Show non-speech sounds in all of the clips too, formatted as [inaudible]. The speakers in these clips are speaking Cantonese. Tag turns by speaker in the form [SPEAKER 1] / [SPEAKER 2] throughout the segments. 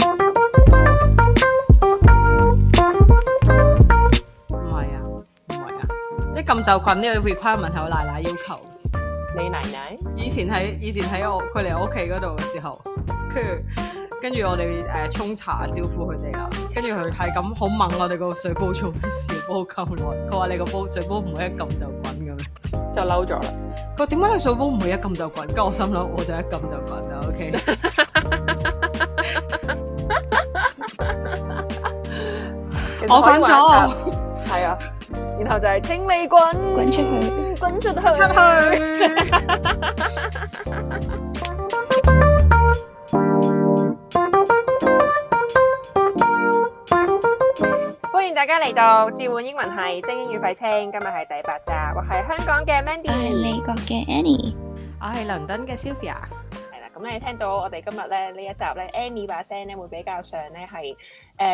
[SPEAKER 1] 啊就近呢個 requirement 係我奶奶要求。
[SPEAKER 2] 你奶奶
[SPEAKER 1] 以前喺以前喺我佢嚟我屋企嗰度嘅時候，跟住跟住我哋誒、呃、沖茶招呼佢哋啦，跟住佢係咁好猛我哋個水煲做咩事煲咁耐，佢話你個煲水煲唔會一撳就滾咁樣。
[SPEAKER 2] 就嬲咗啦。
[SPEAKER 1] 佢話點解你水煲唔會一撳就滾？跟住我心諗我就一撳就滾啦，OK。 [laughs]
[SPEAKER 2] 其實
[SPEAKER 1] 我
[SPEAKER 2] 可以
[SPEAKER 1] 滾
[SPEAKER 2] 玩
[SPEAKER 1] 咗，
[SPEAKER 2] 㗎，係啊。然後就係清理滾，
[SPEAKER 3] 滾出去。
[SPEAKER 2] 滾出去，
[SPEAKER 1] 出去。
[SPEAKER 2] 歡迎大家嚟到召喚英文系精英與廢青，今日係第八集，我係香港嘅
[SPEAKER 3] 我係
[SPEAKER 2] Mandy。
[SPEAKER 3] 美國嘅 Annie，
[SPEAKER 1] 我係倫敦嘅 Sylvia，
[SPEAKER 2] 係啦，咁你聽到我哋今日咧呢一集咧，Annie 把聲咧會比較上咧係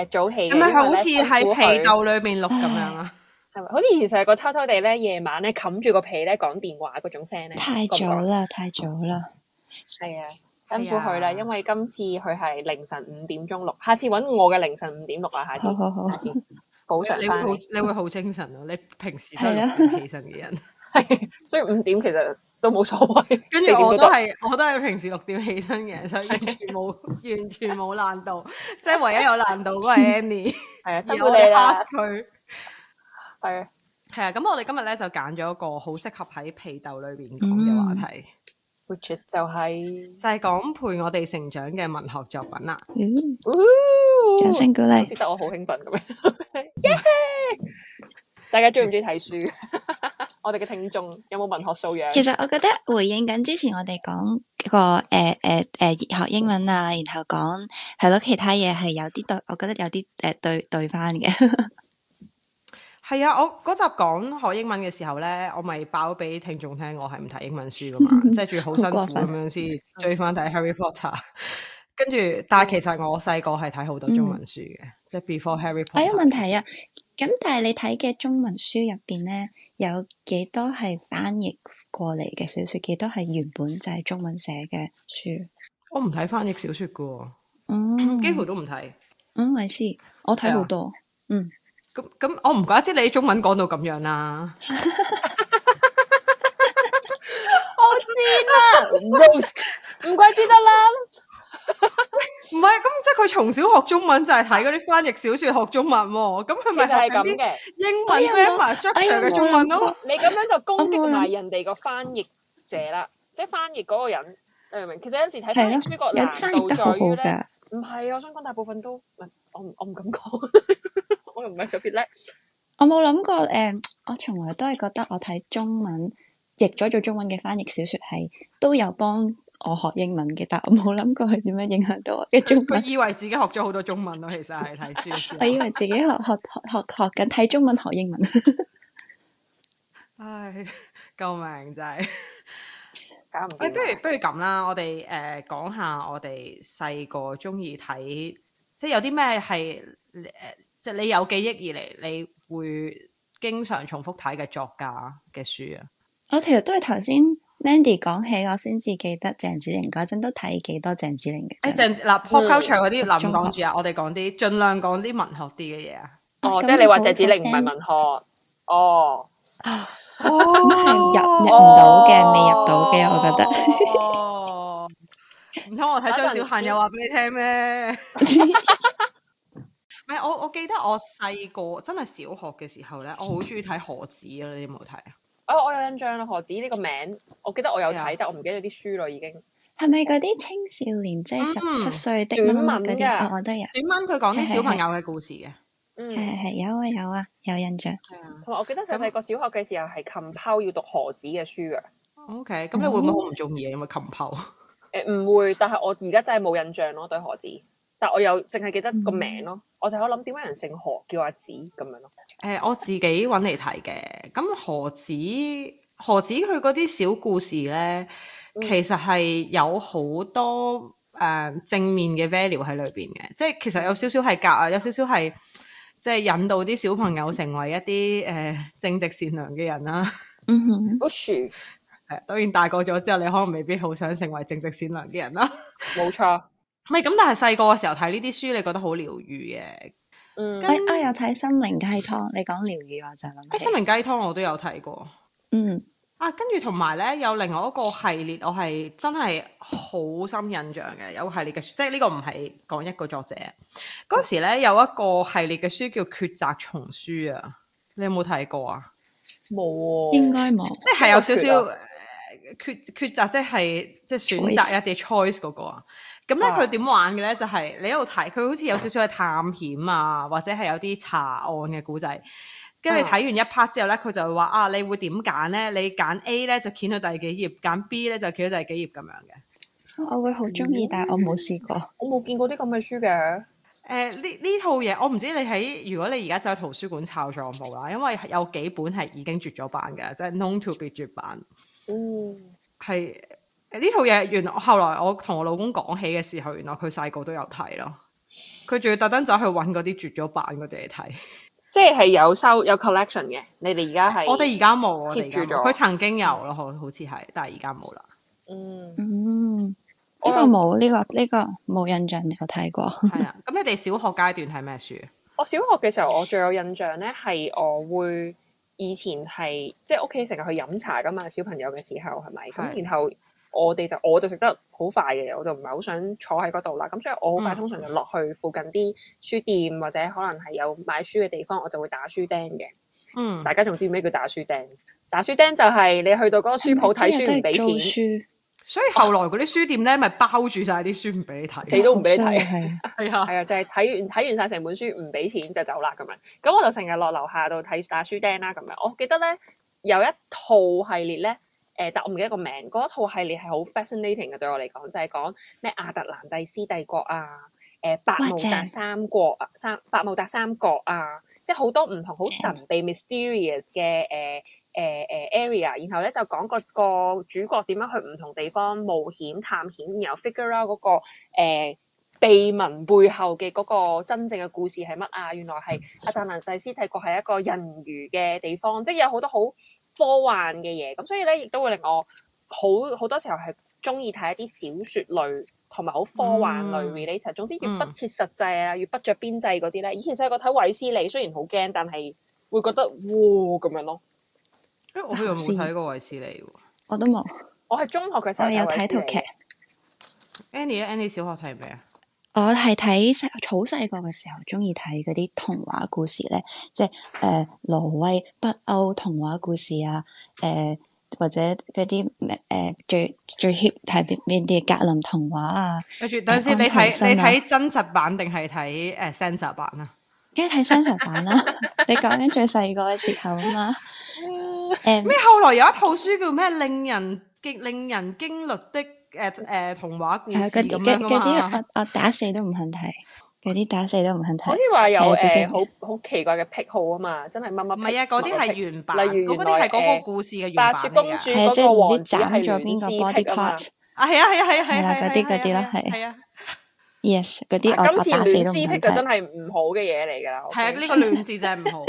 [SPEAKER 2] 誒早起嘅，
[SPEAKER 1] 係咪
[SPEAKER 2] 因為呢
[SPEAKER 1] 好似喺
[SPEAKER 2] 辛苦佢
[SPEAKER 1] 被竇裏面錄咁樣啊？
[SPEAKER 2] 係咪？好似以前細個偷偷地咧夜晚咧冚住個被咧講電話嗰種聲咧，
[SPEAKER 3] 太
[SPEAKER 2] 覺唔覺
[SPEAKER 3] 早啦，太早啦。
[SPEAKER 2] 係啊，辛苦佢
[SPEAKER 1] 係啊
[SPEAKER 2] 啦，因為今次佢係凌晨五點鐘錄，下次揾我嘅凌晨五點錄啊，下次
[SPEAKER 3] 好好好
[SPEAKER 2] 下次補償
[SPEAKER 1] 你會
[SPEAKER 2] 翻
[SPEAKER 1] 好
[SPEAKER 2] 你。
[SPEAKER 1] 你會好精神咯，你平時都
[SPEAKER 3] 係
[SPEAKER 1] 係
[SPEAKER 3] 啊
[SPEAKER 1] 咁起身嘅
[SPEAKER 2] [laughs]
[SPEAKER 1] 人。
[SPEAKER 2] 係，所以五點其實都冇所謂。
[SPEAKER 1] 跟
[SPEAKER 2] 四
[SPEAKER 1] 住
[SPEAKER 2] 點
[SPEAKER 1] 我
[SPEAKER 2] 都
[SPEAKER 1] 都
[SPEAKER 2] 得
[SPEAKER 1] 係我都係平時六點起身嘅，所以完全冇完全冇難度，即係唯一有難度嗰
[SPEAKER 2] [laughs]
[SPEAKER 1] 係 Annie，
[SPEAKER 2] 係啊，辛
[SPEAKER 1] 而
[SPEAKER 2] 苦
[SPEAKER 1] 我
[SPEAKER 2] 你
[SPEAKER 1] 哋
[SPEAKER 2] 啦
[SPEAKER 1] ask，佢。
[SPEAKER 2] 係啊。
[SPEAKER 1] 係啊，咁我哋今日咧就揀咗一個好適合喺被竇裏邊講嘅話題，
[SPEAKER 3] 嗯
[SPEAKER 2] which is 就係、
[SPEAKER 1] 就係講陪我哋成長嘅文學作品啦。
[SPEAKER 3] 嗯
[SPEAKER 2] 是，
[SPEAKER 3] 掌聲鼓
[SPEAKER 2] 好
[SPEAKER 3] 勵
[SPEAKER 2] 似。得我好興奮咁樣， [laughs] 耶！大家中唔中意睇書？ [laughs] 我哋嘅聽眾有冇文學素養？
[SPEAKER 3] 其實我覺得回應緊之前我哋講個誒誒誒學英文啊，然後講係咯其他嘢係有啲對，我覺得有啲誒、呃、對對翻
[SPEAKER 1] [laughs]
[SPEAKER 3] 嘅。
[SPEAKER 1] 係啊，我嗰集講學英文嘅時候咧，我咪爆俾聽眾聽，我係唔睇英文書噶
[SPEAKER 2] [laughs]
[SPEAKER 1] 嘛，即係仲要好辛苦咁樣
[SPEAKER 2] 嗯
[SPEAKER 1] 先追翻睇 Harry Potter。跟 [laughs] 住，但係其實我細個係睇好多中
[SPEAKER 2] 嗯
[SPEAKER 1] 文書嘅，即係 Before Harry
[SPEAKER 3] 我
[SPEAKER 1] Potter。
[SPEAKER 2] 哎
[SPEAKER 3] 有問題啊，咁但係你睇嘅中文書入邊咧，有幾多係翻譯過嚟嘅小說，幾多係原本就係中文寫嘅書？
[SPEAKER 1] 我唔睇翻譯小說噶，
[SPEAKER 3] 嗯，
[SPEAKER 1] 幾乎都啊唔睇。
[SPEAKER 3] 嗯，我知，我睇好多。
[SPEAKER 1] 咁咁，我唔怪得知你中文講到咁樣啦。
[SPEAKER 2] [laughs] 我知啦，roast 唔怪之得啦。
[SPEAKER 1] [laughs] 唔係，咁即係佢從小學中文就係睇嗰啲翻譯小說學中文喎。咁佢
[SPEAKER 2] 其
[SPEAKER 1] 咪
[SPEAKER 2] 實
[SPEAKER 1] 學
[SPEAKER 2] 係
[SPEAKER 1] 緊
[SPEAKER 2] 咁
[SPEAKER 1] 啲
[SPEAKER 2] 嘅，
[SPEAKER 1] 英
[SPEAKER 3] 我
[SPEAKER 1] 文
[SPEAKER 3] 有冇
[SPEAKER 1] grammar
[SPEAKER 3] 哎我有
[SPEAKER 1] structure 嘅
[SPEAKER 3] 冇
[SPEAKER 1] 中文
[SPEAKER 3] 諗
[SPEAKER 1] 咯
[SPEAKER 3] 過？
[SPEAKER 2] 你咁樣就攻擊
[SPEAKER 3] 我冇
[SPEAKER 2] 埋
[SPEAKER 3] 諗
[SPEAKER 2] 人哋個翻譯者啦，即係翻譯嗰個人。你明唔明？其實有陣時睇翻
[SPEAKER 3] 係
[SPEAKER 2] 譯
[SPEAKER 3] 咯
[SPEAKER 2] 書個，
[SPEAKER 3] 有
[SPEAKER 2] 難
[SPEAKER 3] 啲翻譯
[SPEAKER 2] 度
[SPEAKER 3] 得好
[SPEAKER 2] 在
[SPEAKER 3] 好
[SPEAKER 2] 於咧，
[SPEAKER 3] 噶。
[SPEAKER 2] 唔係，我想講大部分都，我唔我唔敢講， [laughs] 我又唔係特別叻。
[SPEAKER 3] 我冇諗過誒、我從來都係覺哦得我睇中文譯咗做中文嘅翻譯小說係都有幫我學英文嘅，但我冇諗過佢點樣影響到我嘅中
[SPEAKER 1] 佢
[SPEAKER 2] [laughs]
[SPEAKER 3] 文。
[SPEAKER 1] 以為自己學咗好多中文咯，其實係啊睇書嘅時候
[SPEAKER 3] 我以為自己學學學學學緊睇中文學英文。 [laughs]
[SPEAKER 1] 唉，救命真 [laughs] 係！
[SPEAKER 2] 搞唔
[SPEAKER 1] 喂，不如
[SPEAKER 2] 掂。啊
[SPEAKER 1] 不如咁啦，我哋誒講下我哋細個中意睇，即係有啲咩係誒，即係你有記憶以嚟，你會經常重複睇嘅作家嘅書啊？
[SPEAKER 3] 我其實都係頭先 Mandy 講起，我先至記得鄭子玲嗰陣都睇幾多鄭子玲嘅
[SPEAKER 2] 哎
[SPEAKER 1] 誒，
[SPEAKER 3] 啫。
[SPEAKER 1] 陣嗱 pop culture 嗰啲
[SPEAKER 3] 嗯
[SPEAKER 1] 嗱唔講住啊，我哋講啲盡量講啲文學啲嘅嘢啊。
[SPEAKER 2] 哦，
[SPEAKER 3] 咁
[SPEAKER 2] 即係你話
[SPEAKER 3] 好
[SPEAKER 2] 謝子玲唔係
[SPEAKER 3] consent
[SPEAKER 2] 文學，哦，
[SPEAKER 1] 哦，
[SPEAKER 3] 係入入唔到嘅，
[SPEAKER 2] 哦
[SPEAKER 3] 未入到嘅，我覺得。
[SPEAKER 1] 哦，唔通我 [laughs] 睇張小嫻又話俾你聽咩？唔係，我我記得我細個真係小學嘅時候咧，我好中意睇何子啊！你有冇睇啊？
[SPEAKER 2] 哦，我有印象啦，何子呢個名，我記得我有
[SPEAKER 1] 係啊
[SPEAKER 2] 睇，但我唔記得咗啲書啦已經。
[SPEAKER 3] [laughs] 係咪嗰啲青少年即係
[SPEAKER 1] 嗯
[SPEAKER 3] 十七歲的
[SPEAKER 2] 短
[SPEAKER 3] 蚊
[SPEAKER 2] 文
[SPEAKER 3] 嗰
[SPEAKER 2] 㗎
[SPEAKER 3] 啲？哦我我都有，
[SPEAKER 1] 短文佢講啲小朋
[SPEAKER 3] 係係
[SPEAKER 1] 友嘅故 [laughs] 事嘅，
[SPEAKER 2] 嗯
[SPEAKER 3] 係，係係有啊有啊有印象。
[SPEAKER 1] 係啊。
[SPEAKER 2] 同埋我記得細細個小學嘅時候係琴拋要讀何子嘅書嘅。
[SPEAKER 1] O K，咁你會唔會好唔中意啊？因為琴炮，
[SPEAKER 2] 誒呃唔會，但係我而家真係冇印象咯對何子，但我有淨係記得個名咯。我就喺度諗點解人姓何叫阿子咁樣咯。
[SPEAKER 1] 誒呃我自己揾嚟睇嘅。咁何子何子佢嗰啲小故事咧，
[SPEAKER 2] 嗯
[SPEAKER 1] 其實係有好多誒、呃正面嘅 value 喺裏邊嘅，即係其實有少少係教啊，有少少係即係引導啲小朋友成為一啲誒、呃正直善良嘅人啦。
[SPEAKER 3] 嗯哼，
[SPEAKER 2] 嗰樹
[SPEAKER 1] 係啊當然大個咗之後，你可能未必好想成為正直善良嘅人啦。 [laughs]
[SPEAKER 2] 冇錯，
[SPEAKER 1] 唔係咁，但係細個嘅時候睇呢啲書，你覺得好療愈嘅。
[SPEAKER 2] 嗯
[SPEAKER 1] 跟
[SPEAKER 3] 哎啊有睇心靈雞湯，你講療愈我就
[SPEAKER 1] 誒
[SPEAKER 3] 諗
[SPEAKER 1] 心
[SPEAKER 3] 起，
[SPEAKER 1] 靈雞湯我都有睇過
[SPEAKER 3] 嗯
[SPEAKER 1] 啊，跟住同埋咧有另外一個系列，我係真係好深印象嘅，有系列嘅書，即係呢個唔係講一個作者。嗰時咧有一個系列嘅書叫《抉擇叢書》啊，你有冇睇過啊？
[SPEAKER 2] 冇喎，
[SPEAKER 3] 應該冇，
[SPEAKER 1] 即係有少
[SPEAKER 2] 邊個
[SPEAKER 1] 少誒抉抉擇，即係即係選擇一啲 choice 嗰個啊。咁咧
[SPEAKER 2] 啊
[SPEAKER 1] 佢點玩嘅咧？就係、你喺度睇，佢好似有少少係探險啊，或者係有啲查案嘅古仔。跟住你睇完一 part 之後咧，佢就會話啊，你會點揀咧？你揀 A 咧就掀到第幾頁，揀 B 咧就掀到第幾頁咁樣嘅。
[SPEAKER 3] 我會好中意，但係我冇試過，
[SPEAKER 2] 我冇見過啲咁嘅書嘅。
[SPEAKER 1] 誒呃呢呢套嘢，我唔知你喺如果你而家走去圖書館抄咗有冇啦，因為有幾本係已經絕咗版嘅，即係 known to be 絕版。
[SPEAKER 2] 嗯，
[SPEAKER 1] 係呃呢套嘢，原來後來我同我老公講起嘅時候，原來佢細個都有睇咯。佢仲要特登走去揾嗰啲絕咗版嗰啲嚟睇。
[SPEAKER 2] 即係有收有 collection 嘅。你哋而家係
[SPEAKER 1] 我哋而家冇，我哋而
[SPEAKER 2] 貼
[SPEAKER 1] 家
[SPEAKER 2] 住
[SPEAKER 1] 冇
[SPEAKER 2] 咗
[SPEAKER 1] 佢曾經有咯，好好似係，但係而家冇
[SPEAKER 2] [laughs]
[SPEAKER 1] 啦。
[SPEAKER 2] 嗯
[SPEAKER 3] 嗯，呢
[SPEAKER 2] 我
[SPEAKER 3] 個冇，呢個呢個冇印象有睇過，
[SPEAKER 1] 係啊，咁你哋小學階段睇咩書？
[SPEAKER 2] 我小學嘅時候，我最有印象咧係我會以前係即係屋企成日去飲茶噶嘛，小朋友嘅時候係咪？
[SPEAKER 1] 係
[SPEAKER 2] 咁然後我哋就我就食得好快嘅，我就唔係好想坐喺嗰度啦。咁所以我好快
[SPEAKER 1] 嗯
[SPEAKER 2] 通常就落去附近啲書店或者可能係有買書嘅地方，我就會打書釘嘅。
[SPEAKER 1] 嗯，
[SPEAKER 2] 大家仲知咩叫打書釘？打書釘就係你去到嗰個書鋪睇
[SPEAKER 3] 即係啊都
[SPEAKER 2] 書唔俾
[SPEAKER 3] 係租
[SPEAKER 2] 錢，
[SPEAKER 3] 書，
[SPEAKER 1] 所以後來嗰啲書店咧，咪包住晒啲書唔俾你
[SPEAKER 2] 死
[SPEAKER 1] 睇。
[SPEAKER 2] 都唔俾你睇。
[SPEAKER 3] 係啊
[SPEAKER 1] 係啊，
[SPEAKER 2] 係啊，就係睇完睇完晒成本書，唔俾錢就走啦咁樣。咁我就成日落樓下度睇打書釘啦咁樣。我記得咧有一套系列咧，誒、但我唔記得個名。嗰一套系列係好 fascinating 嘅對我哎嚟講，就係講咩亞特蘭蒂斯帝國啊，誒、百慕達
[SPEAKER 3] 正
[SPEAKER 2] 三國啊，三百慕達三國啊，即係好多唔同好神秘 mysterious 嘅誒。誒誒 area，然後咧就講個個主角點樣去唔同地方冒險探險，然後 figure out 嗰、個、誒呃秘聞背後嘅嗰個真正嘅故事係乜啊？原來係
[SPEAKER 1] 嗯
[SPEAKER 2] 阿特蘭蒂斯帝國係一個人魚嘅地方，即係有好多好科幻嘅嘢。咁所以咧，亦都會令我好好多時候係中意睇一啲小説類同埋好科幻類
[SPEAKER 1] 嗯
[SPEAKER 2] related。總之越
[SPEAKER 1] 嗯
[SPEAKER 2] 不切實際啊，越不着邊際嗰啲咧。以前細個睇衛斯理，雖然好驚，但係會覺得哇咁樣咯。
[SPEAKER 1] 誒我又冇睇過衛斯理喎。
[SPEAKER 3] 我都冇，
[SPEAKER 2] 我係中學嘅
[SPEAKER 1] 哦
[SPEAKER 2] 時候
[SPEAKER 3] 我有睇
[SPEAKER 2] 衛斯
[SPEAKER 3] 套
[SPEAKER 2] 理
[SPEAKER 3] 劇。
[SPEAKER 1] Annie 咧，Annie 小學睇咩啊？
[SPEAKER 3] 我係睇細好細個嘅時候，中意睇嗰啲童話故事咧，即係誒挪威、北歐童話故事啊，誒、或者嗰啲咩誒最最 hit 睇邊邊啲嘅格林童話啊，
[SPEAKER 1] 跟住等陣先，你
[SPEAKER 3] 安徒生
[SPEAKER 1] 睇你
[SPEAKER 3] 啊
[SPEAKER 1] 睇真實版定係睇誒 censor 版啊？
[SPEAKER 3] 梗係睇新實版啦。你講緊最細個嘅時候啊嘛，誒、
[SPEAKER 1] 咩？後來有一套書叫咩？令人驚令人驚慄的誒誒、呃童話故事
[SPEAKER 3] 係啊嗰
[SPEAKER 1] 咁
[SPEAKER 3] 啲
[SPEAKER 1] 樣噶
[SPEAKER 3] 嗰嗰
[SPEAKER 1] 嘛？
[SPEAKER 3] 啲我我打死都唔肯睇，嗰啲打死都唔肯
[SPEAKER 2] 好
[SPEAKER 3] 睇
[SPEAKER 2] 似。話有
[SPEAKER 3] 誒就算
[SPEAKER 2] 誒好好奇怪嘅癖好啊嘛，真係乜乜
[SPEAKER 1] 唔
[SPEAKER 2] 癖
[SPEAKER 1] 係啊，嗰啲
[SPEAKER 2] 乜乜
[SPEAKER 1] 係
[SPEAKER 2] 癖
[SPEAKER 1] 原版，
[SPEAKER 2] 例如
[SPEAKER 1] 嗰嗰啲係嗰
[SPEAKER 2] 原來
[SPEAKER 1] 個故事嘅原版
[SPEAKER 2] 白雪公
[SPEAKER 1] 嚟
[SPEAKER 2] 主
[SPEAKER 1] 㗎。
[SPEAKER 3] 係啊，
[SPEAKER 2] 嗰
[SPEAKER 3] 即
[SPEAKER 2] 個
[SPEAKER 3] 係唔
[SPEAKER 2] 王
[SPEAKER 3] 知
[SPEAKER 2] 子
[SPEAKER 3] 斬
[SPEAKER 2] 係
[SPEAKER 3] 咗邊個
[SPEAKER 2] 戀屍
[SPEAKER 3] body
[SPEAKER 2] 癖啊嘛
[SPEAKER 3] part。
[SPEAKER 1] 啊，係啊，係啊，係啊，係啊
[SPEAKER 3] 係啦
[SPEAKER 1] 係啊，
[SPEAKER 3] 嗰啲嗰啲啦
[SPEAKER 1] 係啊係啊，
[SPEAKER 3] Yes，嗰啲我
[SPEAKER 2] 但啊今
[SPEAKER 3] 我
[SPEAKER 2] 次
[SPEAKER 3] 打死
[SPEAKER 2] 戀
[SPEAKER 3] 都
[SPEAKER 2] 屍
[SPEAKER 3] 唔
[SPEAKER 2] 癖
[SPEAKER 3] 肯
[SPEAKER 2] 就真
[SPEAKER 3] 睇。
[SPEAKER 2] 係唔好嘅嘢嚟㗎啦。我
[SPEAKER 1] 係啊，
[SPEAKER 2] 覺得
[SPEAKER 1] 呢個亂字真係唔好。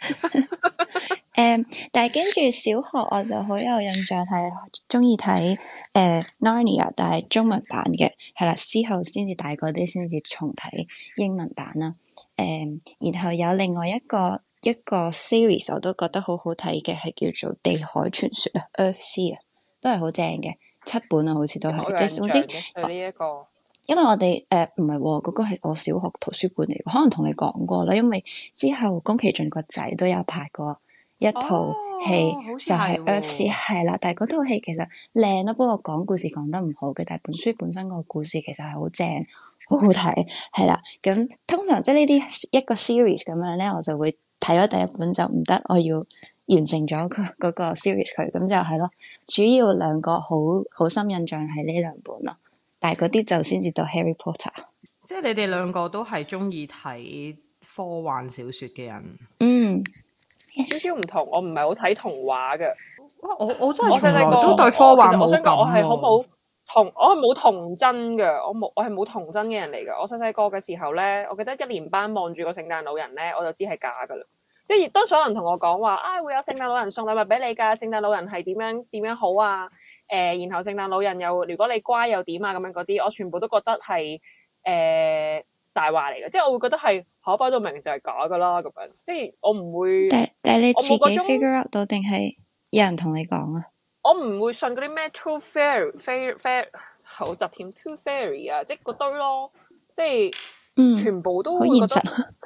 [SPEAKER 3] 誒、呃但係跟住小學我就好有印象係中意睇誒 Narnia，但係中文版嘅係啦，之後先至大個啲先至重睇英文版啦。誒、然後有另外一個一個 series 我都覺得好好睇嘅係叫做《地海傳說》啊，《Earth Sea》啊，都係好正嘅，七本啊，好似都
[SPEAKER 2] 我
[SPEAKER 3] 係，
[SPEAKER 2] 有
[SPEAKER 3] 即
[SPEAKER 2] 印
[SPEAKER 3] 係
[SPEAKER 2] 象
[SPEAKER 3] 總之。
[SPEAKER 2] 嘅對呢一個
[SPEAKER 3] 因為我哋誒唔係喎，嗰、個係我小學圖書館嚟嘅，可能同你講過啦。因為之後宮崎駿個仔都有拍過一 [laughs] 套戲，
[SPEAKER 1] 哦好似
[SPEAKER 3] 就係
[SPEAKER 1] 係喎
[SPEAKER 3] 《Earth Sea》係啦。但係嗰套戲其實靚啊咯，不過講故事講得唔好嘅。但係本書本身個故事其實係好正，好好睇係啦。咁通常即係呢啲一個 series 咁樣咧，我就會睇咗第一本就唔得，我要。完成咗佢 [laughs] 嗰個 series 佢，咁就係咯。主要兩個好好深印象係呢兩本咯。但係嗰啲就先至到 Harry Potter。
[SPEAKER 1] 即係你哋兩個都係中意睇科幻小説嘅人。
[SPEAKER 3] 嗯
[SPEAKER 2] 少
[SPEAKER 3] ，yes，
[SPEAKER 2] 少唔同，我唔係好睇童話嘅。
[SPEAKER 1] 哇！我我真
[SPEAKER 2] 我
[SPEAKER 1] 係從
[SPEAKER 2] 細細
[SPEAKER 1] 來
[SPEAKER 2] 個
[SPEAKER 1] 都對科幻
[SPEAKER 2] 我其實我想
[SPEAKER 1] 冇感
[SPEAKER 2] 講，我係好
[SPEAKER 1] 喎。
[SPEAKER 3] 哦
[SPEAKER 2] 冇童，我係冇童真嘅，我冇我係冇童真嘅人嚟嘅。我細細個嘅時候咧，我記得一年班望住個聖誕老人咧，我就知係假噶啦。即係當所有人同我講話啊，會有聖誕老人送禮物俾你㗎，聖誕老人係點樣點樣好啊？誒、然後聖誕老人又如果你乖又點啊咁樣嗰啲，我全部都覺得係誒大話嚟嘅，即係我會覺得係可擺到明就係假㗎啦，咁樣即係我唔會，
[SPEAKER 3] 但但係你
[SPEAKER 2] 我冇
[SPEAKER 3] 自己
[SPEAKER 2] 嗰種
[SPEAKER 3] figure out 到定係有人同你講啊？
[SPEAKER 2] 我唔會信嗰啲咩 true fairy fairy fairy 口窒添 true fairy 啊，即係嗰堆咯，即係
[SPEAKER 3] 嗯，
[SPEAKER 2] 全部都
[SPEAKER 3] 好
[SPEAKER 2] 會
[SPEAKER 3] 現
[SPEAKER 2] 覺得
[SPEAKER 3] 實。
[SPEAKER 2] [laughs]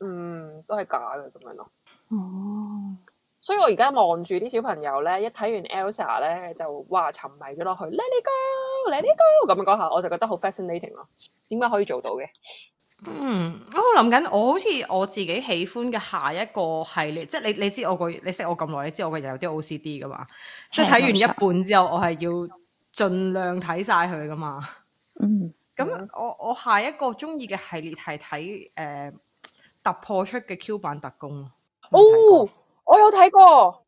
[SPEAKER 2] 嗯都係假嘅咁樣咯。
[SPEAKER 3] 哦，
[SPEAKER 2] 所以我而家望住啲小朋友咧，一睇完 Elsa 咧就哇沉迷咗落去，Let it go，Let it go 咁樣嗰下，我就覺得好 fascinating 咯。點解可以做到嘅？
[SPEAKER 1] 嗯，我諗緊，我好似我自己喜歡嘅下一個系列，即係你你知我個，你識我咁耐，你知我個人有啲 OCD 噶嘛，
[SPEAKER 2] 啊
[SPEAKER 1] 即係睇完
[SPEAKER 3] 冇
[SPEAKER 1] 一
[SPEAKER 3] 錯
[SPEAKER 1] 半之後，我係要盡量睇晒佢噶嘛。
[SPEAKER 3] 嗯，
[SPEAKER 1] 咁
[SPEAKER 2] 嗯
[SPEAKER 1] 我我下一個中意嘅系列係睇誒突破出嘅 Q 版特工咯。有冇睇過
[SPEAKER 2] 哦，我有睇過，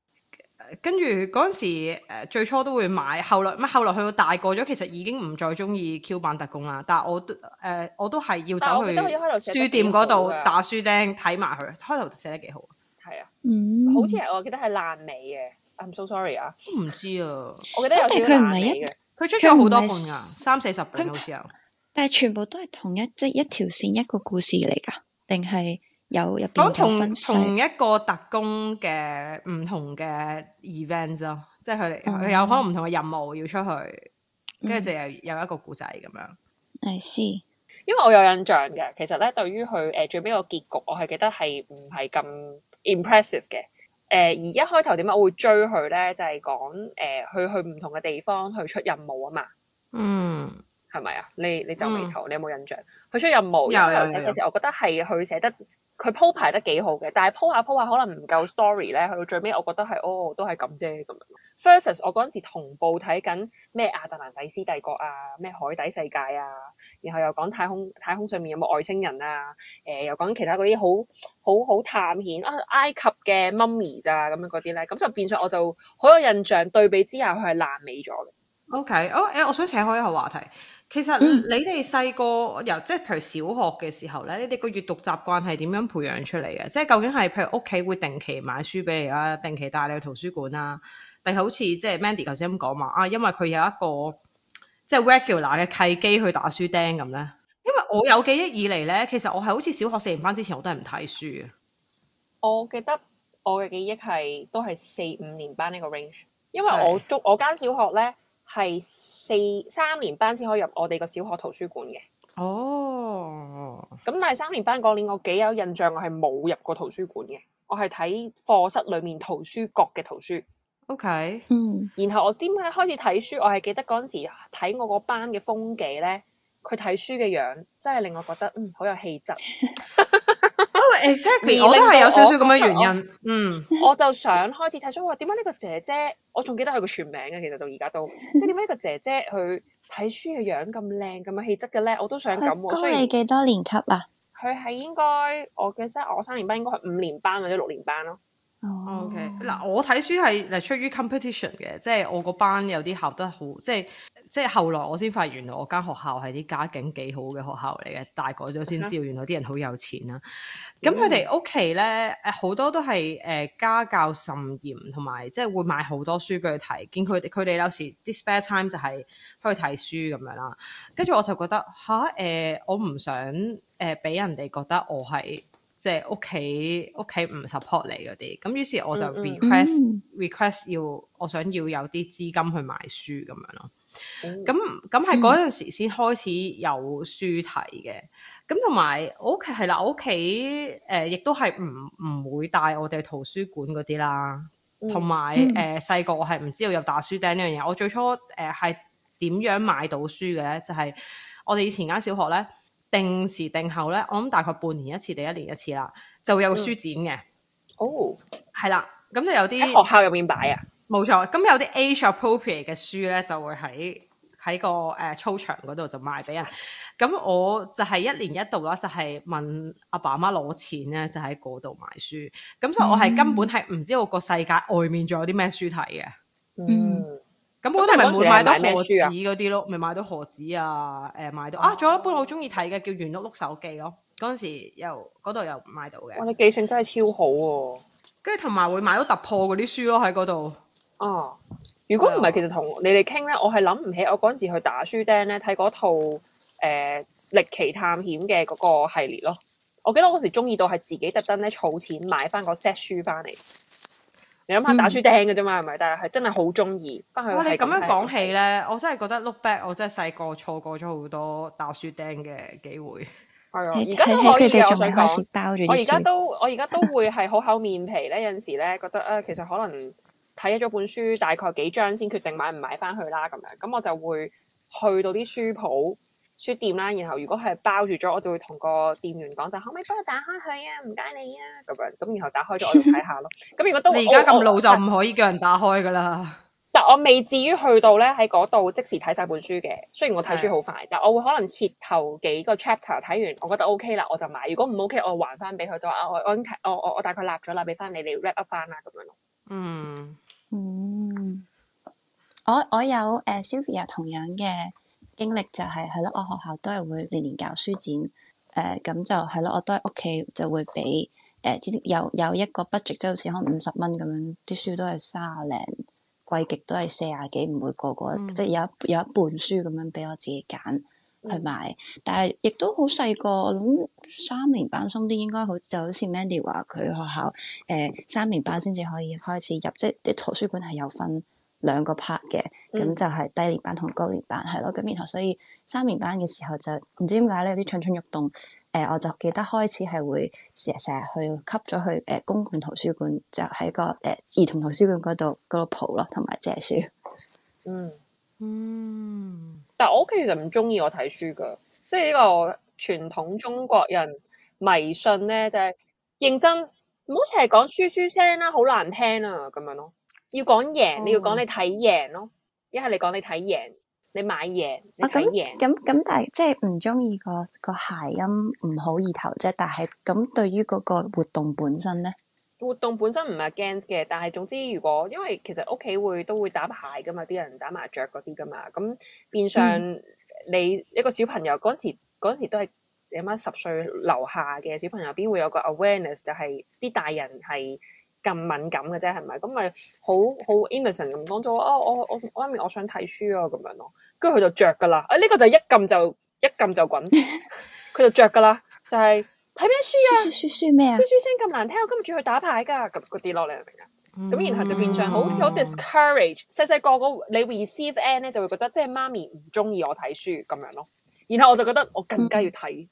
[SPEAKER 1] 跟住嗰陣時，誒、最初都會買，後來唔係後來去到大個咗，其實已經唔再中意 Q 版特工啦。但係我都誒、呃我都係要
[SPEAKER 2] 但係
[SPEAKER 1] 走
[SPEAKER 2] 我
[SPEAKER 1] 去
[SPEAKER 2] 記得佢一開頭寫得
[SPEAKER 1] 書店嗰度
[SPEAKER 2] 幾好㗎
[SPEAKER 1] 打書釘睇埋佢，開頭寫得幾好，
[SPEAKER 2] 係啊，
[SPEAKER 3] 嗯，
[SPEAKER 2] 好似係我記得係爛尾嘅。I'm so sorry 啊，
[SPEAKER 1] 都唔知啊。
[SPEAKER 2] 我記得有
[SPEAKER 3] 但係
[SPEAKER 2] 少
[SPEAKER 3] 佢
[SPEAKER 2] 少
[SPEAKER 3] 唔係
[SPEAKER 2] 爛
[SPEAKER 3] 一
[SPEAKER 2] 尾嘅。
[SPEAKER 1] 佢出
[SPEAKER 3] 佢
[SPEAKER 1] 咗
[SPEAKER 3] 唔
[SPEAKER 1] 好多
[SPEAKER 3] 係
[SPEAKER 1] 本噶，三四十本
[SPEAKER 3] 佢
[SPEAKER 1] 好似有。
[SPEAKER 3] 但係全部都係同一即係一條線一個故事嚟㗎，定係有入邊
[SPEAKER 1] 講
[SPEAKER 3] 有
[SPEAKER 1] 同
[SPEAKER 3] 分
[SPEAKER 1] 同
[SPEAKER 3] 細？
[SPEAKER 1] 一個特工嘅唔同嘅 event 咯，即係佢哋
[SPEAKER 3] 哦
[SPEAKER 1] 佢有可能唔同嘅任務要出去，跟住
[SPEAKER 3] 嗯
[SPEAKER 1] 就有有一個故仔咁樣。
[SPEAKER 3] I see，
[SPEAKER 2] 因為我有印象嘅，其實咧對於佢誒、呃最尾個結局，我係記得係唔係咁 impressive 嘅。誒、而一開頭點解我會追佢咧，就係講呃誒去去唔同嘅地方去出任務啊嘛，
[SPEAKER 1] 嗯，
[SPEAKER 2] 係咪啊？你你皺眉
[SPEAKER 1] 嗯
[SPEAKER 2] 頭，你有冇印象？佢出任務，
[SPEAKER 1] 有
[SPEAKER 2] 然
[SPEAKER 1] 有
[SPEAKER 2] 後頭寫
[SPEAKER 1] 有有
[SPEAKER 2] 嘅時候，我覺得係佢寫得佢鋪排得幾好嘅，但係鋪下鋪下可能唔夠 story 咧，去到最尾我覺得係哦都係咁啫咁樣。versus 我嗰陣時同步睇緊咩亞特蘭蒂斯帝國啊，咩海底世界啊，然後又講太空太空上面有冇外星人啊，誒、又講其他嗰啲好好好探險啊，埃及嘅 mummy 咋咁樣嗰啲咧，咁就變相我就好有印象對比之下佢係爛尾咗嘅。
[SPEAKER 1] OK，我誒，我想扯開一個話題。其實
[SPEAKER 3] 嗯
[SPEAKER 1] 你哋細個由即係譬如小學嘅時候咧，你哋個閱讀習慣係點樣培養出嚟嘅？即係究竟係譬如屋企會定期買書俾你啊，定期帶你去圖書館啊，定係好似即係 Mandy 頭先咁講嘛啊，因為佢有一個即係 regular 嘅契機去打書釘咁咧。因為我有記憶以嚟咧，其實我係好似小學四年班之前我都係唔睇書嘅。
[SPEAKER 2] 我記得我嘅記憶係都係四五年班呢個 range，因為
[SPEAKER 1] 係
[SPEAKER 2] 我中我間小學咧係四三年班先可以入我哋個小學圖書館嘅。
[SPEAKER 1] 哦，
[SPEAKER 2] 咁但係三年班嗰年，我幾有印象，我係冇入過圖書館嘅，我係睇課室裏面圖書角嘅圖書。
[SPEAKER 1] OK，
[SPEAKER 3] 嗯，
[SPEAKER 2] 然後我點解開始睇書？我係記得嗰陣時睇我個班嘅風紀咧，佢睇書嘅樣真係令我覺得嗯好有氣質。
[SPEAKER 1] 因為哦 exactly
[SPEAKER 2] 而
[SPEAKER 1] 我都係
[SPEAKER 2] 令到
[SPEAKER 1] 有少
[SPEAKER 2] 我
[SPEAKER 1] 少咁樣
[SPEAKER 2] 覺得
[SPEAKER 1] 原因，嗯。
[SPEAKER 2] [laughs] 我就想開始睇書，我話點解呢個姐姐，我仲記得佢個全名嘅，其實到而家 [laughs] 都，即係點解呢個姐姐佢睇書嘅樣咁靚咁有氣質嘅咧？我都想咁
[SPEAKER 3] 佢
[SPEAKER 2] 喎。
[SPEAKER 3] 啊高
[SPEAKER 2] 雖然
[SPEAKER 3] 你幾多年級啊？
[SPEAKER 2] 佢係應該我嘅生我三年班應該係五年班或者六年班咯。
[SPEAKER 3] 哦
[SPEAKER 1] O K，嗱，我睇書係嗱出於 competition 嘅，即係我個班有啲考得好，即係即係後來我先發現原來我間學校係啲家境幾好嘅學校嚟嘅，大個咗先知道原來啲人好有錢啦。咁佢哋屋企咧誒好多都係誒、呃家教甚嚴，同埋即係會買好多書俾佢睇。見佢哋佢哋有時啲 spare time 就係去睇書咁樣啦。跟住我就覺得吓誒、呃我唔想誒俾、人哋覺得我係。即係屋企屋企唔 support 你嗰啲，咁於是我就
[SPEAKER 2] 嗯嗯
[SPEAKER 1] request、
[SPEAKER 3] 嗯
[SPEAKER 1] request 要我想要有啲資金去買書咁樣咯。
[SPEAKER 2] 嗯
[SPEAKER 1] 咁咁係嗰陣時先開始有書睇嘅。咁同埋我屋企係啦，我屋企誒亦都係唔唔會帶我哋去圖書館嗰啲啦。同埋
[SPEAKER 3] 嗯
[SPEAKER 1] 誒細個我係唔知道有打書釘呢樣嘢。我最初誒係點樣買到書嘅咧？就係、我哋以前間小學咧，定時定後咧，我諗大概半年一次定一年一次啦，就會有個
[SPEAKER 3] 嗯
[SPEAKER 1] 書展嘅，
[SPEAKER 2] 哦
[SPEAKER 1] 係啦、咁就有
[SPEAKER 2] 喺
[SPEAKER 3] 哦
[SPEAKER 1] 啲
[SPEAKER 2] 學校入面擺啊，
[SPEAKER 1] 冇錯，咁有啲 age appropriate 嘅書咧，就會喺喺個誒、呃操場嗰度就賣俾人。咁我就係一年一度啦，就係、問阿爸媽攞錢咧，就喺嗰度買書。咁所以我係根本係唔知道個世界外面仲有啲咩書睇嘅。
[SPEAKER 2] 嗯，
[SPEAKER 1] 咁嗰度咪會買到
[SPEAKER 2] 咁但係
[SPEAKER 1] 何
[SPEAKER 2] 嗰時
[SPEAKER 1] 子
[SPEAKER 2] 你係買啊
[SPEAKER 1] 嗰啲咯，咪買到何子啊，誒、買到
[SPEAKER 2] 哦
[SPEAKER 1] 啊，仲有一本我好中意睇嘅叫《圓碌碌手記》咯，嗰陣時又嗰度又買到
[SPEAKER 2] 哇！
[SPEAKER 1] 嘅，
[SPEAKER 2] 你記性真係超好喎、
[SPEAKER 1] 跟住同埋會買到突破嗰啲書咯喺嗰度。
[SPEAKER 2] 啊！如果唔係，其實同你哋傾咧，我係諗唔起我嗰陣時去打書釘咧，睇嗰套誒、呃歷奇探險嘅嗰個系列咯。我記得我嗰時中意到係自己特登咧儲錢買翻個 set 書翻嚟。你諗下打書釘嘅啫嘛，係咪？但係係真係好中意翻去。
[SPEAKER 1] 哇！你咁樣講起，咧，我真係覺得 look back，我真係細個錯過咗好多打書釘嘅機會。
[SPEAKER 2] 係啊，
[SPEAKER 3] 喺
[SPEAKER 2] 而家
[SPEAKER 3] 喺
[SPEAKER 2] 都
[SPEAKER 3] 喺
[SPEAKER 2] 可以
[SPEAKER 3] 佢
[SPEAKER 2] 嘅。
[SPEAKER 3] 哋
[SPEAKER 2] 我
[SPEAKER 3] 仲
[SPEAKER 2] 想
[SPEAKER 3] 未開
[SPEAKER 2] 講
[SPEAKER 3] 始，包住
[SPEAKER 2] 我而
[SPEAKER 3] 啲
[SPEAKER 2] 家
[SPEAKER 3] 書，
[SPEAKER 2] 都我而家都會係好厚面皮咧。有陣時咧覺得啊、其實可能睇咗本書大概幾章先決定買唔買翻去啦咁樣。咁我就會去到啲書鋪。書店啦，然後如果係包住咗，我就會同個店員講就可唔可以幫我打開佢啊？唔該你啊，咁樣咁，然後打開咗我就睇下咯。咁如果
[SPEAKER 1] [laughs]
[SPEAKER 2] 都
[SPEAKER 1] 你而家咁老就
[SPEAKER 2] 我
[SPEAKER 1] 唔可以叫人打開噶啦。
[SPEAKER 2] 但我未至於去到咧喺嗰度即時睇晒本書嘅，雖然我睇書好快，但我會可能揭頭幾個 chapter 睇完，我覺得 OK 啦，我就買。如果唔 OK，我還翻俾佢就話啊，我我已經睇我我我大概立咗啦，俾翻你，你 wrap up 翻啦咁樣咯。
[SPEAKER 1] 嗯，
[SPEAKER 3] 嗯，我我有誒、呃 Sylvia 同樣嘅經歷就係係咯，我學校都係會年年搞書展，誒、咁就係咯，我都喺屋企就會俾誒啲有有一個 budget，即係好似可能五十蚊咁樣，啲書都係卅零，貴極都係四廿幾，唔會個個、
[SPEAKER 1] 嗯
[SPEAKER 3] 即係有一有一半書咁樣俾我自己揀。去買，但係亦都好細個，我諗三年班鬆啲應該好就好似 Mandy 話佢學校誒、呃三年班先至可以開始入，即係啲圖書館係有分兩個 part 嘅，咁、
[SPEAKER 2] 嗯
[SPEAKER 3] 就係低年班同高年班係咯，咁然後所以三年班嘅時候就唔知點解咧有啲蠢蠢欲動，誒、呃我就記得開始係會成日成日去吸咗去誒、呃公共圖書館，就喺個誒、呃兒童圖書館嗰度嗰度蒲咯，同埋借書。
[SPEAKER 2] 嗯，
[SPEAKER 1] 嗯，
[SPEAKER 2] 但我屋企其實唔中意我睇書噶，即係呢個傳統中國人迷信咧，就係、認真，唔好淨係講書書聲啦，好難聽啊咁樣咯。要講贏，你要
[SPEAKER 3] 哦
[SPEAKER 2] 講你睇贏咯，一係你講你睇贏，你買贏，你
[SPEAKER 3] 啊咁
[SPEAKER 2] 睇贏。
[SPEAKER 3] 咁咁，但係即係唔中意個個諧音唔好意頭啫。但係咁對於嗰個活動本身咧，
[SPEAKER 2] 活動本身唔係 against 嘅，但係總之如果因為其實屋企會都會打牌噶嘛，啲人打麻雀嗰啲噶嘛，咁變相你一個小朋友嗰陣時嗰陣時都係你媽十歲樓下嘅小朋友，邊會有個 awareness 就係啲大人係咁敏感嘅啫，係咪？咁咪好好 innocent 咁講咗哦，我我我媽咪我想睇書啊咁樣咯，跟住佢就着噶啦，啊呢、個就一撳就一撳就滾，佢就着噶啦，就係睇咩書啊？
[SPEAKER 3] 輸輸輸輸咩啊
[SPEAKER 2] 書？書聲咁難聽，我跟住去打牌㗎，咁嗰啲咯，你明唔明啊？咁然後就變相好似好
[SPEAKER 1] 嗯
[SPEAKER 2] discourage，細細個嗰你 receive end 咧就會覺得即係媽咪唔中意我睇書咁樣咯，然後我就覺得我更加要睇，